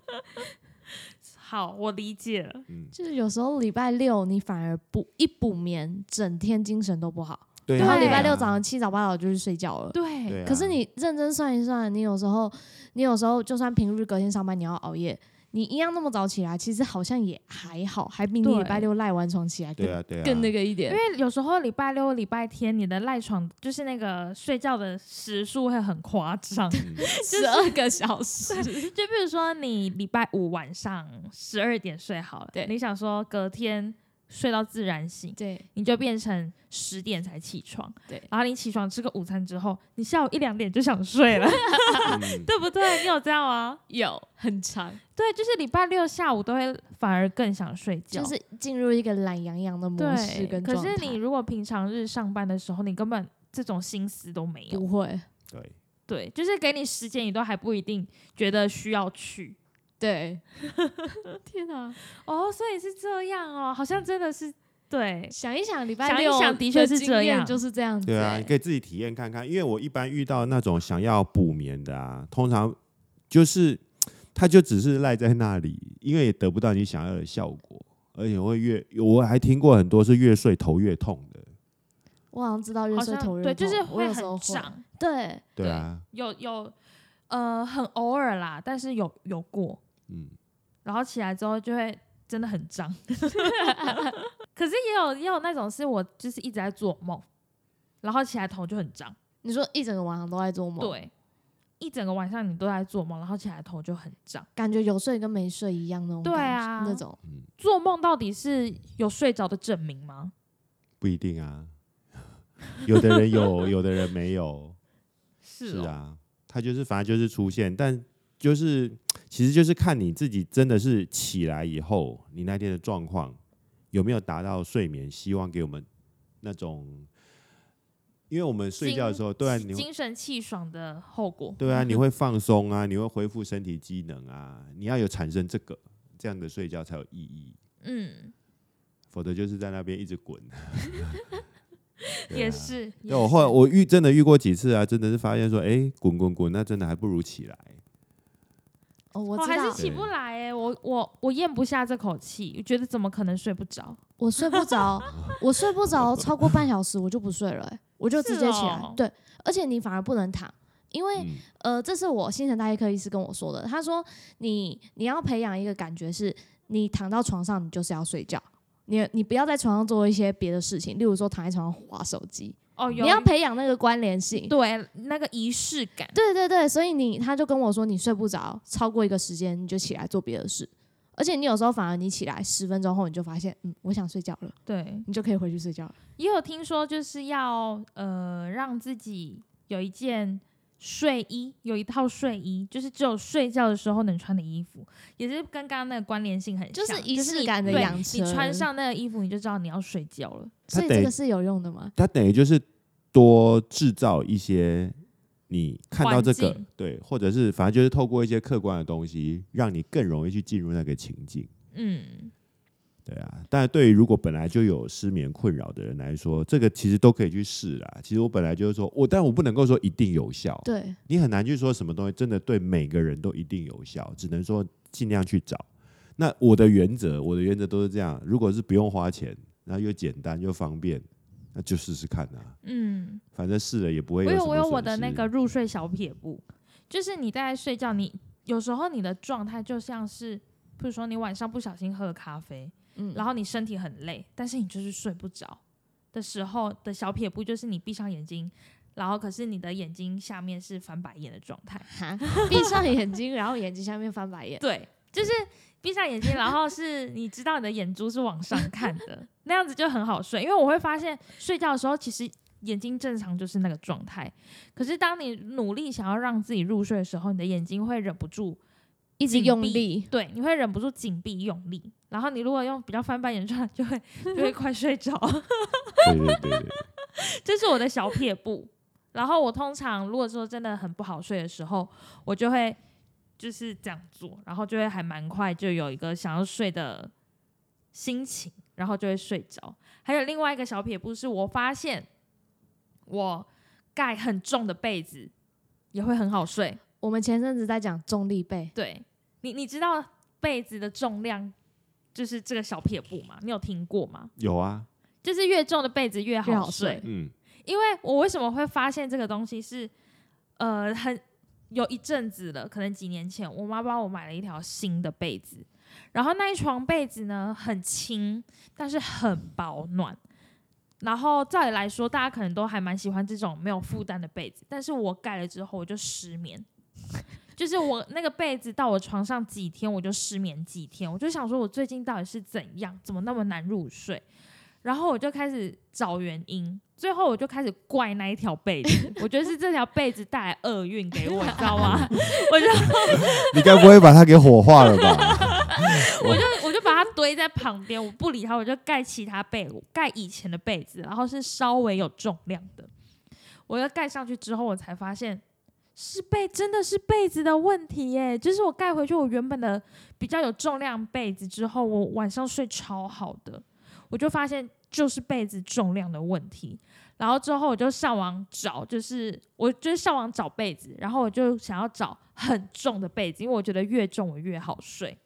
[SPEAKER 1] 好，我理解了。
[SPEAKER 2] 嗯，
[SPEAKER 3] 就是有时候礼拜六你反而补一补眠，整天精神都不好。
[SPEAKER 2] 对
[SPEAKER 1] 啊
[SPEAKER 3] 然后
[SPEAKER 1] 对
[SPEAKER 3] 礼拜六早上七早八早就去睡觉了。
[SPEAKER 1] 对，
[SPEAKER 2] 对啊
[SPEAKER 3] 哎可是你认真算一算，你有时候，你有时候就算平日隔天上班你要熬夜，你一样那么早起来，其实好像也还好，还比你
[SPEAKER 1] 对
[SPEAKER 3] 礼拜六赖完床起来更、
[SPEAKER 2] 对啊，对啊，
[SPEAKER 3] 更那个一点
[SPEAKER 1] 因。为有时候礼拜六、礼拜天你的赖床就是那个睡觉的时数会很夸张，
[SPEAKER 2] 嗯
[SPEAKER 3] 十二个小 [LAUGHS] 时，
[SPEAKER 1] 就比如说你礼拜五晚上十二点睡好了，
[SPEAKER 3] 对
[SPEAKER 1] 你想说隔天睡到自然醒，
[SPEAKER 3] 对
[SPEAKER 1] 你就变成十点才起床，
[SPEAKER 3] 对
[SPEAKER 1] 然后你起床吃个午餐之后，你下午一两点就想睡 [LAUGHS] 了，
[SPEAKER 3] [LAUGHS]
[SPEAKER 2] 嗯
[SPEAKER 1] 对不对？你有这样吗？
[SPEAKER 3] 有很长，
[SPEAKER 1] 对，就是礼拜六下午都会反而更想睡觉，
[SPEAKER 3] 就是进入一个懒洋洋的模式
[SPEAKER 1] 对。
[SPEAKER 3] 跟
[SPEAKER 1] 可
[SPEAKER 3] 状态。
[SPEAKER 1] 是你如果平常日上班的时候，你根本这种心思都没有
[SPEAKER 3] 不，会，
[SPEAKER 2] 对，
[SPEAKER 3] 嗯
[SPEAKER 1] 对，就是给你时间，你都还不一定觉得需要去。
[SPEAKER 3] [LAUGHS] 对，天哪、
[SPEAKER 1] 哦，所以是这样哦，好像真的是对，
[SPEAKER 3] 想一想，礼拜
[SPEAKER 1] 想一
[SPEAKER 3] 六
[SPEAKER 1] 想的确是
[SPEAKER 3] 经
[SPEAKER 1] 这
[SPEAKER 3] 验
[SPEAKER 1] 样
[SPEAKER 3] 就是这样子、
[SPEAKER 2] 对啊，
[SPEAKER 3] 欸
[SPEAKER 2] 你可以自己体验看看。因为我一般遇到那种想要补眠的啊，通常就是他就只是赖在那里，因为也得不到你想要的效果，而且会越我还听过很多是越睡头越痛的。
[SPEAKER 3] 我好像知道月
[SPEAKER 1] 好
[SPEAKER 3] 睡
[SPEAKER 1] 像
[SPEAKER 3] 头月
[SPEAKER 1] 对，就是
[SPEAKER 3] 痛我有时候
[SPEAKER 1] 很
[SPEAKER 3] 会
[SPEAKER 1] 胀，
[SPEAKER 3] 对，
[SPEAKER 2] 对啊，
[SPEAKER 1] 有有呃很偶尔啦，但是有有过，
[SPEAKER 2] 嗯，
[SPEAKER 1] 然后起来之后就会真的很胀。 [LAUGHS] 可是也有也有那种是我就是一直在做梦，然后起来头就很胀，
[SPEAKER 3] 你说一整个晚上都在做梦，，
[SPEAKER 1] 对，一整个晚上你都在做梦，然后起来头就很胀。
[SPEAKER 3] 感觉有睡跟没睡一样那种感
[SPEAKER 1] 对
[SPEAKER 3] 觉，
[SPEAKER 1] 啊
[SPEAKER 3] 那种
[SPEAKER 1] 做梦到底是有睡着的证明吗？
[SPEAKER 2] 不一定啊，有的人有，有的人没有，
[SPEAKER 1] 是
[SPEAKER 2] 是
[SPEAKER 1] 哦，
[SPEAKER 2] 啊，他就是反正就是出现，但就是其实就是看你自己真的是起来以后，你那天的状况有没有达到睡眠希望给我们那种，因为我们睡觉的时候，对啊，你会
[SPEAKER 1] 精神气爽的后果。
[SPEAKER 2] 对啊，你会放松啊，你会恢复身体机能啊，你要有产生这个这样的睡觉才有意义，
[SPEAKER 1] 嗯，
[SPEAKER 2] 否则就是在那边一直滚。对啊
[SPEAKER 1] 也。是。也
[SPEAKER 2] 对，我后来我遇真的遇过几次啊，真的是发现说，哎，滚滚滚，那真的还不如起来。
[SPEAKER 3] 哦，我
[SPEAKER 1] 我
[SPEAKER 3] 知
[SPEAKER 1] 还
[SPEAKER 3] 道
[SPEAKER 1] 是，起不来哎、我我我咽不下这口气，我觉得怎么可能睡不着？
[SPEAKER 3] 我睡不着，我睡不着超过半小时我就不睡了欸、我就是直接起来，
[SPEAKER 1] 哦
[SPEAKER 3] 对，而且你反而不能躺，因为
[SPEAKER 2] 嗯
[SPEAKER 3] 呃，这是我精神大医科医师跟我说的。他说你你要培养一个感觉是，你躺到床上你就是要睡觉，你你不要在床上做一些别的事情，例如说躺在床上划手机，
[SPEAKER 1] 哦，有
[SPEAKER 3] 你要培养那个关联性。
[SPEAKER 1] 对那个仪式感，
[SPEAKER 3] 对对对，所以你他就跟我说，你睡不着超过一个时间，你就起来做别的事。而且你有时候反而你起来十分钟后，你就发现，嗯，我想睡觉了，
[SPEAKER 1] 对，
[SPEAKER 3] 你就可以回去睡觉了。
[SPEAKER 1] 也有听说就是要呃让自己有一件睡衣，有一套睡衣，就是只有睡觉的时候能穿的衣服，也是跟刚刚那个关联性很像，
[SPEAKER 3] 就
[SPEAKER 1] 就是是
[SPEAKER 3] 仪式感的
[SPEAKER 1] 你对
[SPEAKER 3] 养成
[SPEAKER 1] 你穿上那个衣服，你就知道你要睡觉了。
[SPEAKER 2] 他
[SPEAKER 3] 所以
[SPEAKER 2] 等
[SPEAKER 3] 这
[SPEAKER 2] 于
[SPEAKER 3] 个是有用的吗？
[SPEAKER 2] 它等于就是多制造一些你看到这
[SPEAKER 1] 环
[SPEAKER 2] 个
[SPEAKER 1] 境
[SPEAKER 2] 对，或者是反正就是透过一些客观的东西，让你更容易去进入那个情境。
[SPEAKER 1] 嗯，
[SPEAKER 2] 对啊，但对于如果本来就有失眠困扰的人来说，这个其实都可以去试啦。其实我本来就是说，我但我不能够说一定有效，
[SPEAKER 3] 对，
[SPEAKER 2] 你很难去说什么东西真的对每个人都一定有效，只能说尽量去找。那我的原则，我的原则都是这样：如果是不用花钱，然后又简单又方便，那就试试看啊。
[SPEAKER 1] 嗯，
[SPEAKER 2] 反正试了也不会
[SPEAKER 1] 我
[SPEAKER 2] 有什
[SPEAKER 1] 有
[SPEAKER 2] 么
[SPEAKER 1] 我有
[SPEAKER 2] 损
[SPEAKER 1] 我的
[SPEAKER 2] 失
[SPEAKER 1] 那个入睡小撇步，就是你在睡觉，你有时候你的状态就像是，比如说你晚上不小心喝了咖啡，
[SPEAKER 3] 嗯，
[SPEAKER 1] 然后你身体很累，但是你就是睡不着的时候的小撇步，就是你闭上眼睛，然后可是你的眼睛下面是翻白眼的状态。
[SPEAKER 3] 哈， [LAUGHS] 闭上眼睛，然后眼睛下面翻白眼。
[SPEAKER 1] 对，就是闭上眼睛，然后是你知道你的眼珠是往上看的，那样子就很好睡。因为我会发现睡觉的时候，其实眼睛正常就是那个状态，可是当你努力想要让自己入睡的时候，你的眼睛会忍不住
[SPEAKER 3] 一直
[SPEAKER 1] [LAUGHS] 紧
[SPEAKER 3] 用
[SPEAKER 1] 闭
[SPEAKER 3] 力，
[SPEAKER 1] 对，你会忍不住紧闭用力。然后你如果用比较翻白眼状态，就会就会快睡着。
[SPEAKER 2] 对对对对，
[SPEAKER 1] 这是我的小撇步。然后我通常如果说真的很不好睡的时候，我就会就是这样做，然后就会还蛮快就有一个想要睡的心情，然后就会睡着。还有另外一个小撇步是，我发现我盖很重的被子也会很好睡。
[SPEAKER 3] 我们前阵子在讲重力背，
[SPEAKER 1] 对你，你知道被子的重量就是这个小撇步吗？你有听过吗？
[SPEAKER 2] 有啊，
[SPEAKER 1] 就是越重的被子越
[SPEAKER 3] 越好
[SPEAKER 1] 好
[SPEAKER 3] 睡
[SPEAKER 1] 睡。
[SPEAKER 2] 嗯，
[SPEAKER 1] 因为我为什么会发现这个东西是，呃，很有一阵子了，可能几年前，我妈帮我买了一条新的被子，然后那一床被子呢很轻，但是很保暖。然后照理来说，大家可能都还蛮喜欢这种没有负担的被子，但是我盖了之后我就失眠， [LAUGHS] 就是我那个被子到我床上几天我就失眠几天，我就想说我最近到底是怎样，怎么那么难入睡？然后我就开始找原因，最后我就开始怪那一条被子，我觉得是这条被子带来厄运给我，你知道吗？我就
[SPEAKER 2] 你该不会把它给火化了吧？
[SPEAKER 1] 我就我就把它堆在旁边，我不理它，我就盖其他被，盖以前的被子，然后是稍微有重量的。我要盖上去之后，我才发现是被真的是被子的问题耶，就是我盖回去我原本的比较有重量被子之后，我晚上睡超好的，我就发现就是被子重量的问题。然后之后我就上网找，就是我就上网找被子，然后我就想要找很重的被子，因为我觉得越重我越好睡。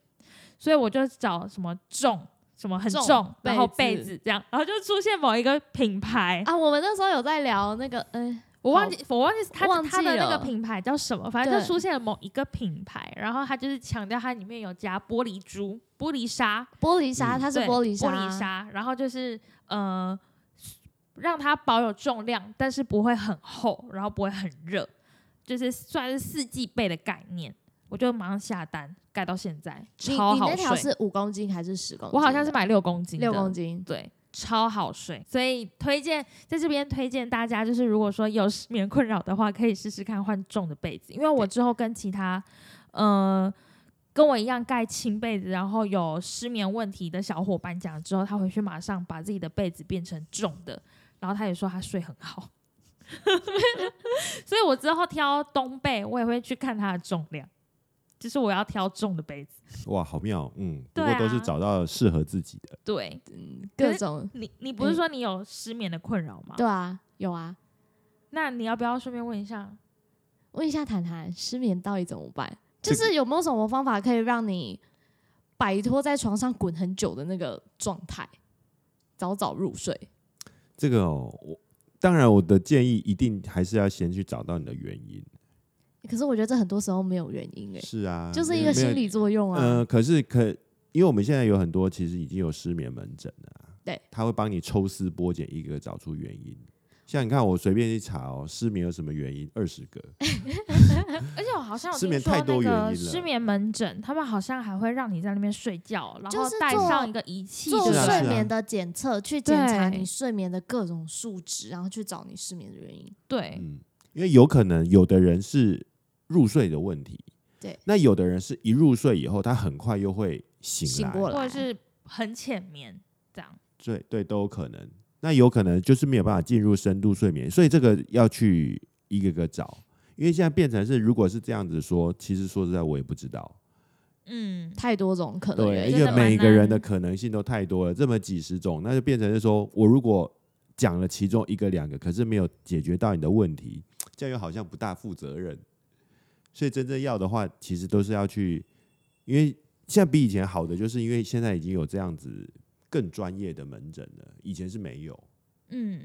[SPEAKER 1] 所以我就找什么重什么很
[SPEAKER 3] 重
[SPEAKER 1] 重，然后
[SPEAKER 3] 被
[SPEAKER 1] 被
[SPEAKER 3] 子
[SPEAKER 1] 子这样，然后就出现某一个品牌，
[SPEAKER 3] 啊，我们那时候有在聊那个，哎，
[SPEAKER 1] 我忘记我忘记它
[SPEAKER 3] 忘
[SPEAKER 1] 它
[SPEAKER 3] 记
[SPEAKER 1] 的那
[SPEAKER 3] 了
[SPEAKER 1] 个品牌叫什么，反正
[SPEAKER 3] 对
[SPEAKER 1] 就出现了某一个品牌，然后它就是强调它里面有加玻璃珠、玻璃沙，
[SPEAKER 3] 玻璃沙，
[SPEAKER 2] 嗯
[SPEAKER 3] 它是
[SPEAKER 1] 对
[SPEAKER 3] 玻璃
[SPEAKER 1] 玻璃沙，然后就是呃让它保有重量，但是不会很厚，然后不会很热，就是算是四季被的概念。我就马上下单，盖到现在，
[SPEAKER 3] 你
[SPEAKER 1] 超
[SPEAKER 3] 你
[SPEAKER 1] 好
[SPEAKER 3] 那条
[SPEAKER 1] 睡。
[SPEAKER 3] 是五公斤还是十公斤的？
[SPEAKER 1] 我
[SPEAKER 3] 啊
[SPEAKER 1] 好像是买六公斤，
[SPEAKER 3] 六公，斤。
[SPEAKER 1] 对，超好睡。所以推荐在这边推荐大家，就是如果说有失眠困扰的话，可以试试看换重的被子，因为我之后跟其他呃跟我一样盖轻被子，然后有失眠问题的小伙伴讲之后，他回去马上把自己的被子变成重的，然后他也说他睡很好。 [LAUGHS] 所以，我之后挑冬被，我也会去看它的重量，就是我要挑重的被子。
[SPEAKER 2] 哇，好妙，嗯，不
[SPEAKER 1] 对
[SPEAKER 2] 过都是
[SPEAKER 1] 啊
[SPEAKER 2] 找到适合自己的，
[SPEAKER 1] 对
[SPEAKER 3] 嗯各
[SPEAKER 1] 可是
[SPEAKER 3] 种，
[SPEAKER 1] 你，你不是说你有失眠的困扰吗？
[SPEAKER 3] 对啊，有啊。
[SPEAKER 1] 那你要不要顺便问一下？
[SPEAKER 3] 问一下谈谈，失眠到底怎么办？
[SPEAKER 2] 这
[SPEAKER 3] 就
[SPEAKER 2] 个
[SPEAKER 3] 是有没有什么方法可以让你摆脱在床上滚很久的那个状态，早早入睡？
[SPEAKER 2] 这个哦，我当然我的建议一定还是要先去找到你的原因，
[SPEAKER 3] 可是我觉得这很多时候没有原因诶、欸
[SPEAKER 2] 是啊，
[SPEAKER 3] 就是
[SPEAKER 2] 因
[SPEAKER 3] 一
[SPEAKER 2] 为
[SPEAKER 3] 个
[SPEAKER 2] 没有
[SPEAKER 3] 心理作用啊。
[SPEAKER 2] 呃，可是可，因为我们现在有很多其实已经有失眠门诊了、啊，
[SPEAKER 3] 对，
[SPEAKER 2] 他会帮你抽丝剥茧，一个找出原因。像你看，我随便一查哦，失眠有什么原因？二十个，
[SPEAKER 1] 而且我好像有
[SPEAKER 2] 失
[SPEAKER 1] 听
[SPEAKER 2] 眠
[SPEAKER 1] 说
[SPEAKER 2] 太
[SPEAKER 1] 那
[SPEAKER 2] 多原
[SPEAKER 1] 个
[SPEAKER 2] 因了
[SPEAKER 1] 失眠门诊，他们好像还会让你在那边睡觉，然
[SPEAKER 3] 就
[SPEAKER 1] 后
[SPEAKER 3] 是
[SPEAKER 1] 带
[SPEAKER 3] 做
[SPEAKER 1] 上一个仪器
[SPEAKER 3] 做
[SPEAKER 1] 对不
[SPEAKER 2] 是
[SPEAKER 1] 对
[SPEAKER 2] 啊
[SPEAKER 3] 睡
[SPEAKER 2] 是啊
[SPEAKER 3] 眠的检测，去检查
[SPEAKER 1] 对
[SPEAKER 3] 你睡眠的各种数值，然后去找你失眠的原因。
[SPEAKER 1] 对，
[SPEAKER 2] 嗯，因为有可能有的人是入睡的问题，
[SPEAKER 3] 对，
[SPEAKER 2] 那有的人是一入睡以后，他很快又会醒
[SPEAKER 3] 醒
[SPEAKER 2] 来，
[SPEAKER 3] 过来
[SPEAKER 1] 或者是很浅眠这样。
[SPEAKER 2] 对对，都有可能。那有可能就是没有办法进入深度睡眠，所以这个要去一个个找，因为现在变成是，如果是这样子说，其实说实在我也不知道，
[SPEAKER 1] 嗯，
[SPEAKER 3] 太多种可能
[SPEAKER 2] 对，
[SPEAKER 3] 原
[SPEAKER 1] 真
[SPEAKER 2] 因
[SPEAKER 3] 因
[SPEAKER 2] 为
[SPEAKER 1] 的蛮
[SPEAKER 2] 每个人
[SPEAKER 1] 难
[SPEAKER 2] 的可能性都太多了，这么几十种，那就变成是说我如果讲了其中一个两个，可是没有解决到你的问题，这样又好像不大负责任。所以真正要的话，其实都是要去，因为现在比以前好的，就是因为现在已经有这样子更专业的门诊了，以前是没有，
[SPEAKER 1] 嗯，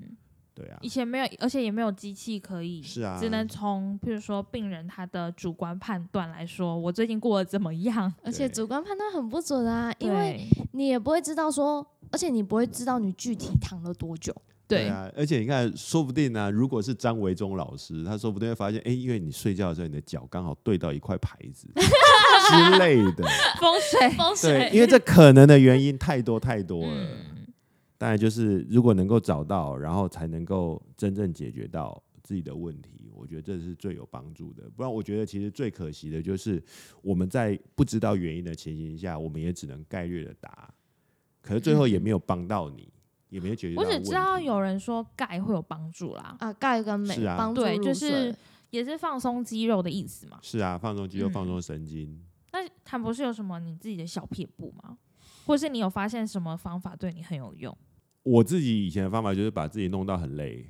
[SPEAKER 2] 对啊
[SPEAKER 1] 以，前没有，而且也没有机器可以，
[SPEAKER 2] 是啊
[SPEAKER 1] 只能从譬如说病人他的主观判断来说，我最近过得怎么样？
[SPEAKER 3] 而且
[SPEAKER 2] 对
[SPEAKER 3] 主观判断很不准啊， [LAUGHS] 因为
[SPEAKER 1] 对
[SPEAKER 3] 你也不会知道说，而且你不会知道你具体躺了多久。
[SPEAKER 1] 对
[SPEAKER 2] 啊，而且你看，说不定呢、啊如果是张维忠老师，他说不定会发现，哎、因为你睡觉的时候，你的脚刚好对到一块牌
[SPEAKER 1] [LAUGHS]
[SPEAKER 2] 子之类的。
[SPEAKER 1] 风水，
[SPEAKER 3] [LAUGHS] 风
[SPEAKER 2] 对，因为这可能的原因太多太多了。
[SPEAKER 1] 嗯，
[SPEAKER 2] 当然，就是如果能够找到，然后才能够真正解决到自己的问题，我觉得这是最有帮助的。不然，我觉得其实最可惜的就是我们在不知道原因的情形下，我们也只能概略的答，可是最后也没有帮到你，也没有解决
[SPEAKER 1] 嗯
[SPEAKER 2] 到
[SPEAKER 1] 我
[SPEAKER 2] 问题。
[SPEAKER 1] 只知道有人说钙会有帮助啦，
[SPEAKER 3] 啊，钙跟镁
[SPEAKER 2] 是啊
[SPEAKER 3] 帮助
[SPEAKER 1] 对就
[SPEAKER 3] 入睡
[SPEAKER 1] 是也是放松肌肉的意思嘛。
[SPEAKER 2] 是啊，放松肌肉，
[SPEAKER 1] 嗯
[SPEAKER 2] 放松神经。
[SPEAKER 1] 那谭博士有什么你自己的小撇步吗？或是你有发现什么方法对你很有用？
[SPEAKER 2] 我自己以前的方法就是把自己弄到
[SPEAKER 1] [LAUGHS]
[SPEAKER 2] 很累，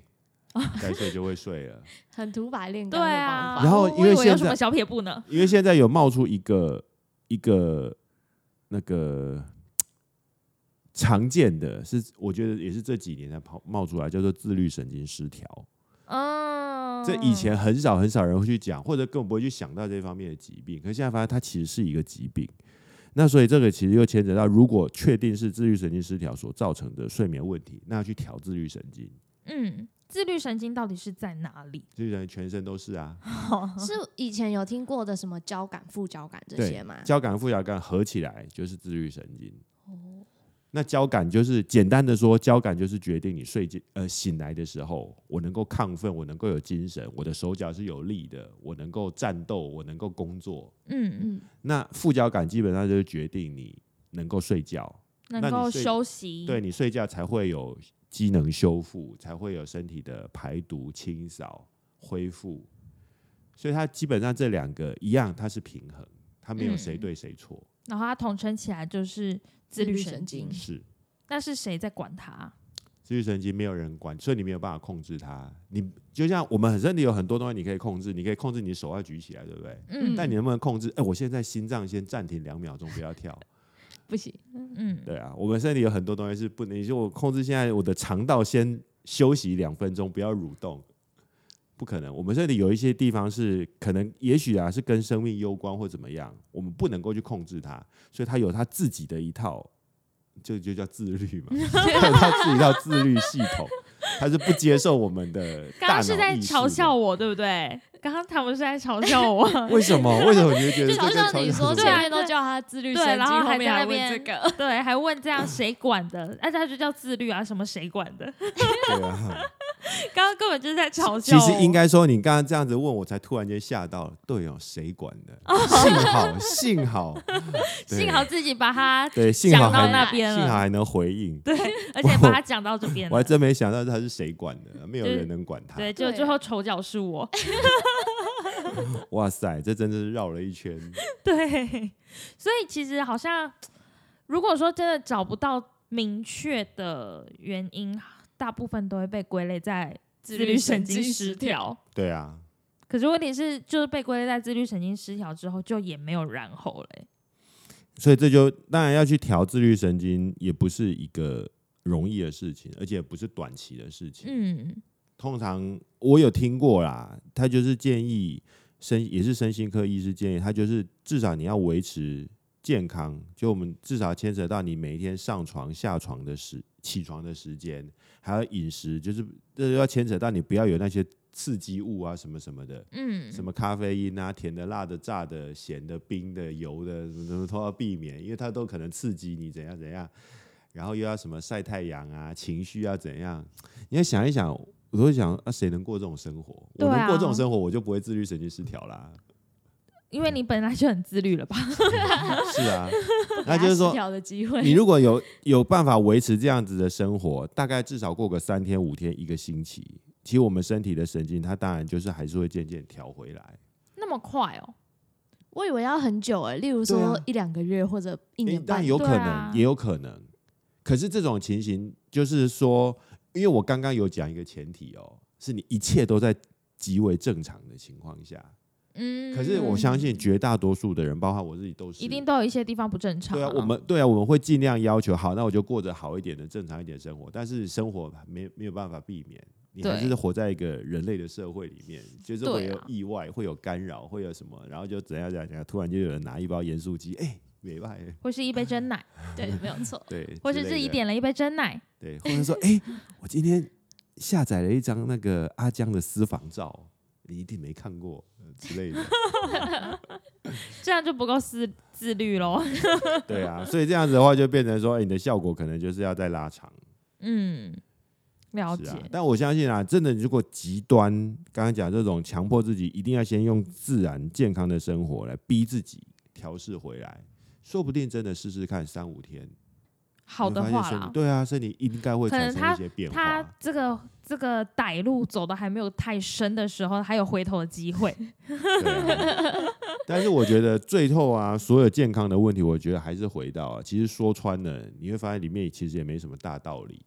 [SPEAKER 2] 该睡就会睡了。
[SPEAKER 3] 很土白炼
[SPEAKER 1] 对
[SPEAKER 3] 钢的方
[SPEAKER 1] 啊，
[SPEAKER 3] 法。
[SPEAKER 2] 然后
[SPEAKER 1] 我
[SPEAKER 2] 因
[SPEAKER 1] 我以
[SPEAKER 2] 为
[SPEAKER 1] 为
[SPEAKER 2] 现
[SPEAKER 1] 有什
[SPEAKER 2] 在
[SPEAKER 1] 么小撇步呢？
[SPEAKER 2] 因为现在有冒出一个一个那个常见的是，我觉得也是这几年才跑冒出来，叫做自律神经失调。
[SPEAKER 1] 嗯，
[SPEAKER 2] 这以前很少很少人会去讲，或者根本不会去想到这方面的疾病。可是现在发现它其实是一个疾病。那所以这个其实又牵扯到，如果确定是自律神经失调所造成的睡眠问题，那要去调自律神经。
[SPEAKER 1] 嗯，自律神经到底是在哪里？
[SPEAKER 2] 自律神经全身都是啊，
[SPEAKER 3] 是以前有听过的什么交感、副交感这些吗？
[SPEAKER 2] 交感、副交感合起来就是自律神经。那交感就是简单的说，交感就是决定你睡觉呃醒来的时候，我能够亢奋，我能够有精神，我的手脚是有力的，我能够战斗，我能够工作。
[SPEAKER 1] 嗯，
[SPEAKER 3] 嗯，
[SPEAKER 2] 那副交感基本上就是决定你能够睡觉，那
[SPEAKER 1] 能
[SPEAKER 2] 你
[SPEAKER 1] 够
[SPEAKER 2] 睡
[SPEAKER 1] 休息，
[SPEAKER 2] 对，你睡觉才会有机能修复，才会有身体的排毒、清扫、恢复。所以它基本上这两个一样，它是平衡，它没有谁
[SPEAKER 1] 嗯
[SPEAKER 2] 对谁错，
[SPEAKER 1] 然后它统称起来就是自律神
[SPEAKER 3] 自律神经
[SPEAKER 2] 是。
[SPEAKER 1] 那是谁在管它？
[SPEAKER 2] 自律神经没有人管，所以你没有办法控制它。你就像我们很身体有很多东西你可以控制，你可以控制你的手要举起来，对不对？
[SPEAKER 1] 嗯，
[SPEAKER 2] 但你能不能控制？哎、我现在心脏先暂停两秒钟，不要跳，
[SPEAKER 3] 不行，
[SPEAKER 1] 嗯，
[SPEAKER 2] 对啊，我们身体有很多东西是不能，就我控制现在我的肠道先休息两分钟，不要蠕动，不可能。我们身体有一些地方是可能，也许啊是跟生命攸关或怎么样，我们不能够去控制它，所以它有它自己的一套，这就叫自律嘛，它有它自己一套自律系统，它是不接受我们的
[SPEAKER 1] 刚
[SPEAKER 2] 大脑
[SPEAKER 1] 刚是在
[SPEAKER 2] 意识
[SPEAKER 1] 嘲
[SPEAKER 2] 的
[SPEAKER 1] 笑我，对不对？刚刚他们是在嘲笑我， [LAUGHS]
[SPEAKER 2] 为什么？为什么你会觉得
[SPEAKER 3] 就
[SPEAKER 2] 这跟
[SPEAKER 3] 像你说
[SPEAKER 2] 嘲笑
[SPEAKER 1] 对
[SPEAKER 3] 前
[SPEAKER 1] 啊
[SPEAKER 3] 面都叫他自律
[SPEAKER 1] 对
[SPEAKER 3] 神经，
[SPEAKER 1] 然后还
[SPEAKER 3] 面
[SPEAKER 1] 在那
[SPEAKER 3] 还问
[SPEAKER 1] 边
[SPEAKER 3] 这个，
[SPEAKER 1] 对，还问这样谁管的？哎、他就叫自律啊，什么谁管的？ [LAUGHS]
[SPEAKER 2] 对啊？
[SPEAKER 1] 刚刚根本就是在嘲笑
[SPEAKER 2] 其
[SPEAKER 1] 我。
[SPEAKER 2] 实应该说，你刚刚这样子问我，才突然间吓到了。对哦，谁管的？幸好，幸好，
[SPEAKER 1] [LAUGHS]
[SPEAKER 2] 对
[SPEAKER 1] 幸好自己把
[SPEAKER 2] [LAUGHS]
[SPEAKER 1] 它，
[SPEAKER 2] 对，幸
[SPEAKER 1] 讲
[SPEAKER 2] 好
[SPEAKER 1] 到
[SPEAKER 2] 还
[SPEAKER 1] 那边了
[SPEAKER 2] 幸好还能回应。
[SPEAKER 1] [LAUGHS] 而且把它讲到这边
[SPEAKER 2] 我还
[SPEAKER 1] 了。
[SPEAKER 2] 真没想到他是谁管的，没有
[SPEAKER 1] 就是
[SPEAKER 2] 人能管他。
[SPEAKER 1] 对，就
[SPEAKER 3] 对
[SPEAKER 1] 最后丑角是我。 [LAUGHS]
[SPEAKER 2] 哇塞，这真的是绕了一圈。
[SPEAKER 1] 对，所以其实好像，如果说真的找不到明确的原因，大部分都会被归类在自律神经失调。
[SPEAKER 2] 对啊，
[SPEAKER 1] 可是问题是，就是被归类在自律神经失调之后，就也没有然后了欸、
[SPEAKER 2] 所以这就当然要去调自律神经，也不是一个容易的事情，而且不是短期的事情。
[SPEAKER 1] 嗯，
[SPEAKER 2] 通常我有听过啦，他就是建议身也是身心科医师建议，他就是至少你要维持健康，就我们至少牵扯到你每一天上床下床的时起床的时间，还有饮食，就是这就要牵扯到你不要有那些刺激物啊什么什么的。
[SPEAKER 1] 嗯，
[SPEAKER 2] 什么咖啡因啊，甜的、辣的、炸的、咸的、冰的、油的，什么什么都要避免，因为它都可能刺激你怎样怎样。然后又要什么晒太阳啊，情绪要怎样？你要想一想，我都会想，啊，谁能过这种生活？我
[SPEAKER 1] 对啊
[SPEAKER 2] 能过这种生活，我就不会自律神经失调
[SPEAKER 1] [LAUGHS]
[SPEAKER 2] 啦。
[SPEAKER 1] 因为你本来就很自律了吧？
[SPEAKER 2] 是啊， [LAUGHS] 那就是
[SPEAKER 3] 失
[SPEAKER 1] [LAUGHS]
[SPEAKER 3] [LAUGHS]
[SPEAKER 2] 说，
[SPEAKER 3] 调的机会，
[SPEAKER 2] 你如果有有办法维持这样子的生活，大概至少过个三天五天一个星期，其实我们身体的神经它当然就是还是会渐渐调回来。
[SPEAKER 1] 那么快哦、
[SPEAKER 3] 我以为要很久哎、例如
[SPEAKER 2] 对啊
[SPEAKER 3] 说一两个月或者一
[SPEAKER 2] 诶
[SPEAKER 3] 年
[SPEAKER 2] 但
[SPEAKER 3] 半，
[SPEAKER 2] 有可
[SPEAKER 1] 对
[SPEAKER 2] 能，
[SPEAKER 1] 啊
[SPEAKER 2] 也有可能。可是这种情形，就是说，因为我刚刚有讲一个前提哦，是你一切都在极为正常的情况下。
[SPEAKER 1] 嗯，
[SPEAKER 2] 可是我相信绝大多数的人，包括我自己，都是
[SPEAKER 1] 一定都有一些地方不正常、
[SPEAKER 2] 对啊，我们对啊，我们会尽量要求好，那我就过着好一点的、正常一点生活。但是生活没没有办法避免，你还
[SPEAKER 1] 对
[SPEAKER 2] 是活在一个人类的社会里面，就是会
[SPEAKER 1] 对
[SPEAKER 2] 有
[SPEAKER 1] 啊
[SPEAKER 2] 意外，会有干扰，会有什么，然后就怎样怎样怎样，突然就有人拿一包盐酥鸡，哎、没办法，。
[SPEAKER 1] 或是一杯真奶，
[SPEAKER 3] [LAUGHS] 对，没有错 [LAUGHS]
[SPEAKER 2] 对，
[SPEAKER 1] 或
[SPEAKER 2] 之
[SPEAKER 1] 是
[SPEAKER 2] 类
[SPEAKER 1] 自己
[SPEAKER 2] 的
[SPEAKER 1] 点了一杯真奶，
[SPEAKER 2] 对，或者说，哎、我今天下载了一张那个阿江的私房照，你一定没看过、呃之类的。
[SPEAKER 1] 这样就不够自自律喽。
[SPEAKER 2] 对啊，所以这样子的话，就变成说，哎、你的效果可能就是要再拉长。
[SPEAKER 1] [LAUGHS] 嗯，了
[SPEAKER 2] 是
[SPEAKER 1] 解。
[SPEAKER 2] 啊，但我相信啊，真的，如果极端，刚刚讲这种强迫自己一定要先用自然健康的生活来逼自己调试回来，说不定真的试试看三五天，你
[SPEAKER 1] 好
[SPEAKER 2] 会
[SPEAKER 1] 的
[SPEAKER 2] 发现
[SPEAKER 1] 话
[SPEAKER 2] 身体
[SPEAKER 1] 啦，
[SPEAKER 2] 对啊，身体应该会
[SPEAKER 1] 可
[SPEAKER 2] 产
[SPEAKER 1] 能
[SPEAKER 2] 生一些变
[SPEAKER 1] 他
[SPEAKER 2] 化。
[SPEAKER 1] 这个这个歹路走的还没有太深的时候，还有回头的机会。
[SPEAKER 2] 对啊但是我觉得最后啊，所有健康的问题，我觉得还是回到、啊，其实说穿了，你会发现里面其实也没什么大道理，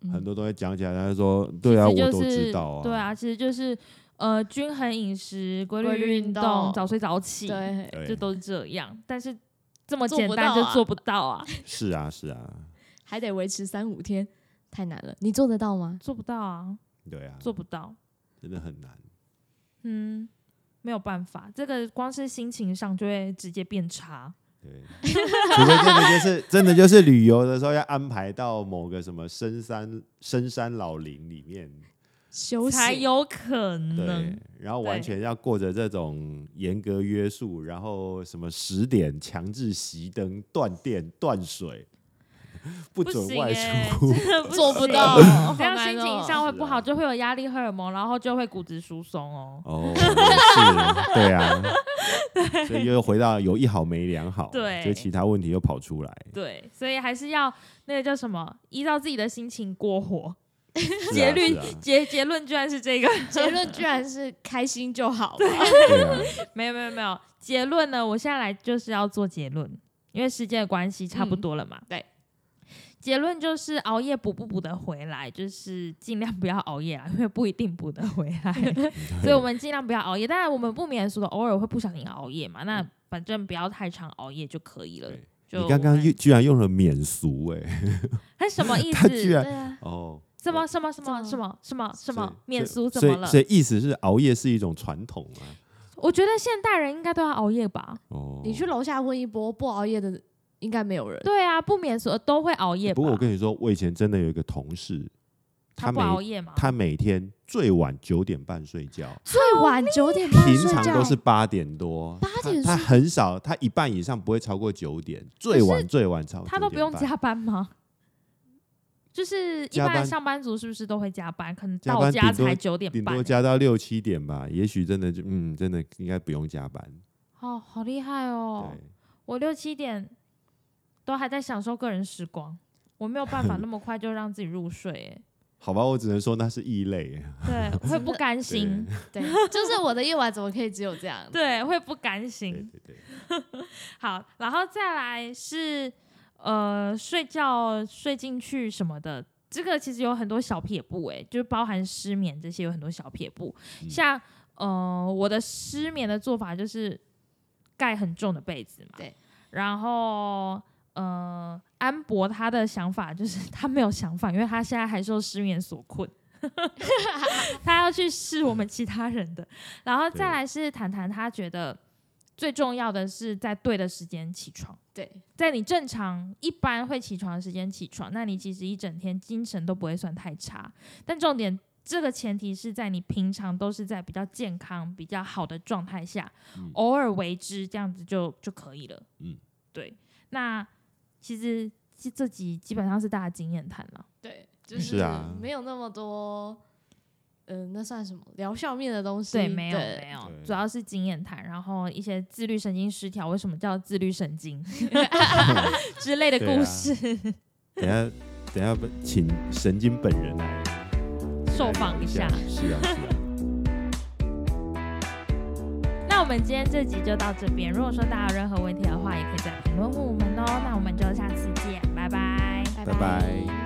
[SPEAKER 3] 嗯
[SPEAKER 2] 很多东西讲起来，他说 [LAUGHS] 对啊，
[SPEAKER 1] 其实
[SPEAKER 2] 我都
[SPEAKER 1] 就是
[SPEAKER 2] 知道啊，
[SPEAKER 1] 对啊，其实就是呃，均衡饮食、规
[SPEAKER 3] 规律
[SPEAKER 1] 律运
[SPEAKER 3] 运
[SPEAKER 1] 动、
[SPEAKER 3] 动
[SPEAKER 1] 早睡早起，
[SPEAKER 3] 对，
[SPEAKER 2] 对，
[SPEAKER 1] 这都是这样。但是这么
[SPEAKER 3] 做
[SPEAKER 1] 简
[SPEAKER 3] 不
[SPEAKER 1] 单
[SPEAKER 3] 到
[SPEAKER 1] 就
[SPEAKER 3] 啊
[SPEAKER 1] 做不到啊， [LAUGHS]
[SPEAKER 2] 是啊，是啊，
[SPEAKER 3] 还得维持三五天，太难了。你做得到吗？
[SPEAKER 1] 做不到啊，
[SPEAKER 2] 对啊，
[SPEAKER 1] 做不到。
[SPEAKER 2] 真的很难。
[SPEAKER 1] 嗯，没有办法，这个光是心情上就会直接变差。 [LAUGHS]
[SPEAKER 2] 对，除非真的就是真的就是旅游的时候要安排到某个什么深山深山老林里面，
[SPEAKER 3] 休息
[SPEAKER 1] 才有可
[SPEAKER 2] 对
[SPEAKER 1] 能。，
[SPEAKER 2] 然后
[SPEAKER 1] 嗯
[SPEAKER 2] 完
[SPEAKER 1] 对
[SPEAKER 2] 全要过着这种严格约束，然后什么十点强制熄灯、断电、断水，不准
[SPEAKER 1] 行
[SPEAKER 2] 外
[SPEAKER 1] 欸
[SPEAKER 2] 出。
[SPEAKER 1] 真的不
[SPEAKER 3] 做不
[SPEAKER 1] 行 [LAUGHS]
[SPEAKER 3] 到，
[SPEAKER 1] 这样心情上会不
[SPEAKER 2] 是啊
[SPEAKER 1] 好，就会有压力荷尔蒙，然后就会骨质疏松哦。
[SPEAKER 2] [LAUGHS] 哦，也是，对啊，所以又回到有一好没两好，
[SPEAKER 1] 对
[SPEAKER 2] 就其他问题又跑出
[SPEAKER 1] [LAUGHS]
[SPEAKER 2] 来，
[SPEAKER 1] 对，所以还是要那个叫什么，依照自己的心情过活。
[SPEAKER 2] 是啊
[SPEAKER 1] 结论、
[SPEAKER 2] 是啊
[SPEAKER 1] 结结论居然是这个，
[SPEAKER 3] [LAUGHS] 结论居然是开心就
[SPEAKER 2] [LAUGHS]
[SPEAKER 3] 好。
[SPEAKER 2] 对
[SPEAKER 1] [LAUGHS]
[SPEAKER 2] 啊，
[SPEAKER 1] 没有没有没有结论呢。我现在来就是要做结论，因为时间的关系差不多了嘛。
[SPEAKER 3] 嗯对，
[SPEAKER 1] 结论就是熬夜补不补得回来，就是尽量不要熬夜啊，因为不一定补得回
[SPEAKER 3] [LAUGHS]
[SPEAKER 1] 来。所以我们尽量不要熬夜。当然，我们不免俗的，偶尔会不小心熬夜嘛，那反正不要太常熬夜就可以了
[SPEAKER 2] 嗯对。
[SPEAKER 1] 就
[SPEAKER 2] 你刚
[SPEAKER 1] 我
[SPEAKER 2] 刚
[SPEAKER 1] 们
[SPEAKER 2] 又居然用了免俗哎、
[SPEAKER 1] [LAUGHS] 哎什么意
[SPEAKER 2] [LAUGHS] 他
[SPEAKER 1] 思？
[SPEAKER 2] 居然
[SPEAKER 3] 对啊，
[SPEAKER 2] 哦，
[SPEAKER 1] 什么什么什么
[SPEAKER 3] 怎么
[SPEAKER 1] 什么什么什
[SPEAKER 2] 所以
[SPEAKER 1] 么免
[SPEAKER 2] 所以
[SPEAKER 1] 俗怎
[SPEAKER 2] 所以
[SPEAKER 1] 么了？
[SPEAKER 2] 所以意思是熬夜是一种传统啊。
[SPEAKER 1] 我觉得现代人应该都要熬夜吧？
[SPEAKER 2] 哦，
[SPEAKER 3] 你去楼下问一波，不熬夜的应该没有人。
[SPEAKER 1] 对啊，不免俗都会熬夜吧？
[SPEAKER 2] 哎不过我跟你说，我以前真的有一个同事，
[SPEAKER 1] 他
[SPEAKER 2] 他
[SPEAKER 1] 不
[SPEAKER 2] 每
[SPEAKER 1] 熬夜吗？
[SPEAKER 2] 他每天最晚九点半睡觉，
[SPEAKER 3] 最晚九点半
[SPEAKER 2] 平
[SPEAKER 3] 睡
[SPEAKER 2] 常
[SPEAKER 3] 觉，
[SPEAKER 2] 都是八点多，
[SPEAKER 3] 八
[SPEAKER 2] 他
[SPEAKER 3] 点
[SPEAKER 2] 他
[SPEAKER 3] 睡
[SPEAKER 2] 很少，他一半以上不会超过九点，最晚最晚超
[SPEAKER 1] 他都不用
[SPEAKER 2] 哦9点半
[SPEAKER 1] 加班吗？就是一
[SPEAKER 2] 加
[SPEAKER 1] 般
[SPEAKER 2] 班
[SPEAKER 1] 上班族是不是都会加班？可能
[SPEAKER 2] 加
[SPEAKER 1] 到
[SPEAKER 2] 班
[SPEAKER 1] 家
[SPEAKER 2] 顶多
[SPEAKER 1] 才九点
[SPEAKER 2] 顶
[SPEAKER 1] 半
[SPEAKER 2] 多
[SPEAKER 1] 欸，
[SPEAKER 2] 加到六七点吧，也许真的就嗯，真的应该不用加班。
[SPEAKER 1] 好哦好厉害
[SPEAKER 2] 对
[SPEAKER 1] 哦！我六七点都还在享受个人时光，我没有办法那么快就让自己入睡、欸，
[SPEAKER 2] 好吧，我只能说那是异类。
[SPEAKER 1] 哎，
[SPEAKER 2] [LAUGHS]
[SPEAKER 1] 对，会不甘心，
[SPEAKER 3] 对， [LAUGHS] 就是我的夜晚怎么可以只有这样？
[SPEAKER 1] 对，会不甘
[SPEAKER 2] [LAUGHS] 对
[SPEAKER 1] 心。
[SPEAKER 2] 对对，
[SPEAKER 1] 好，然后再来是呃睡觉睡进去什么的，这个其实有很多小撇步诶、就是包含失眠这些有很多小撇步，
[SPEAKER 2] 嗯
[SPEAKER 1] 像呃我的失眠的做法就是盖很重的被子嘛，
[SPEAKER 3] 对，
[SPEAKER 1] 然后呃安博他的想法就是 [LAUGHS] 他没有想法，因为他现在还受失眠所困。他要去试我们其他人的，然后再
[SPEAKER 2] 对
[SPEAKER 1] 来是谈谈，他觉得最重要的是在对的时间起床，
[SPEAKER 3] 对，
[SPEAKER 1] 在你正常一般会起床的时间起床，那你其实一整天精神都不会算太差。但重点，这个前提是在你平常都是在比较健康、比较好的状态下，
[SPEAKER 2] 嗯
[SPEAKER 1] 偶尔为之，这样子就就可以了。
[SPEAKER 2] 嗯，
[SPEAKER 1] 对。那其实这这集基本上是大家经验谈了。
[SPEAKER 3] 对，就是
[SPEAKER 2] 啊
[SPEAKER 3] 没有那么多，嗯、那算什么疗效面的东西？
[SPEAKER 1] 对，没有
[SPEAKER 3] 对
[SPEAKER 1] 没有，
[SPEAKER 2] 对
[SPEAKER 1] 主要是经验谈，然后一些自律神经失调，为什么叫自律神经之类的
[SPEAKER 2] 对啊
[SPEAKER 1] 故事，
[SPEAKER 2] 等一下等一下不，请神经本人来
[SPEAKER 1] 受访一下。
[SPEAKER 2] 是啊是啊。
[SPEAKER 1] 那我们今天这集就到这边，如果说大家有 [LAUGHS] 任何问题的话，也可以在评论问我们哦。那我们就下次见，拜拜。
[SPEAKER 3] [LAUGHS]
[SPEAKER 2] 拜拜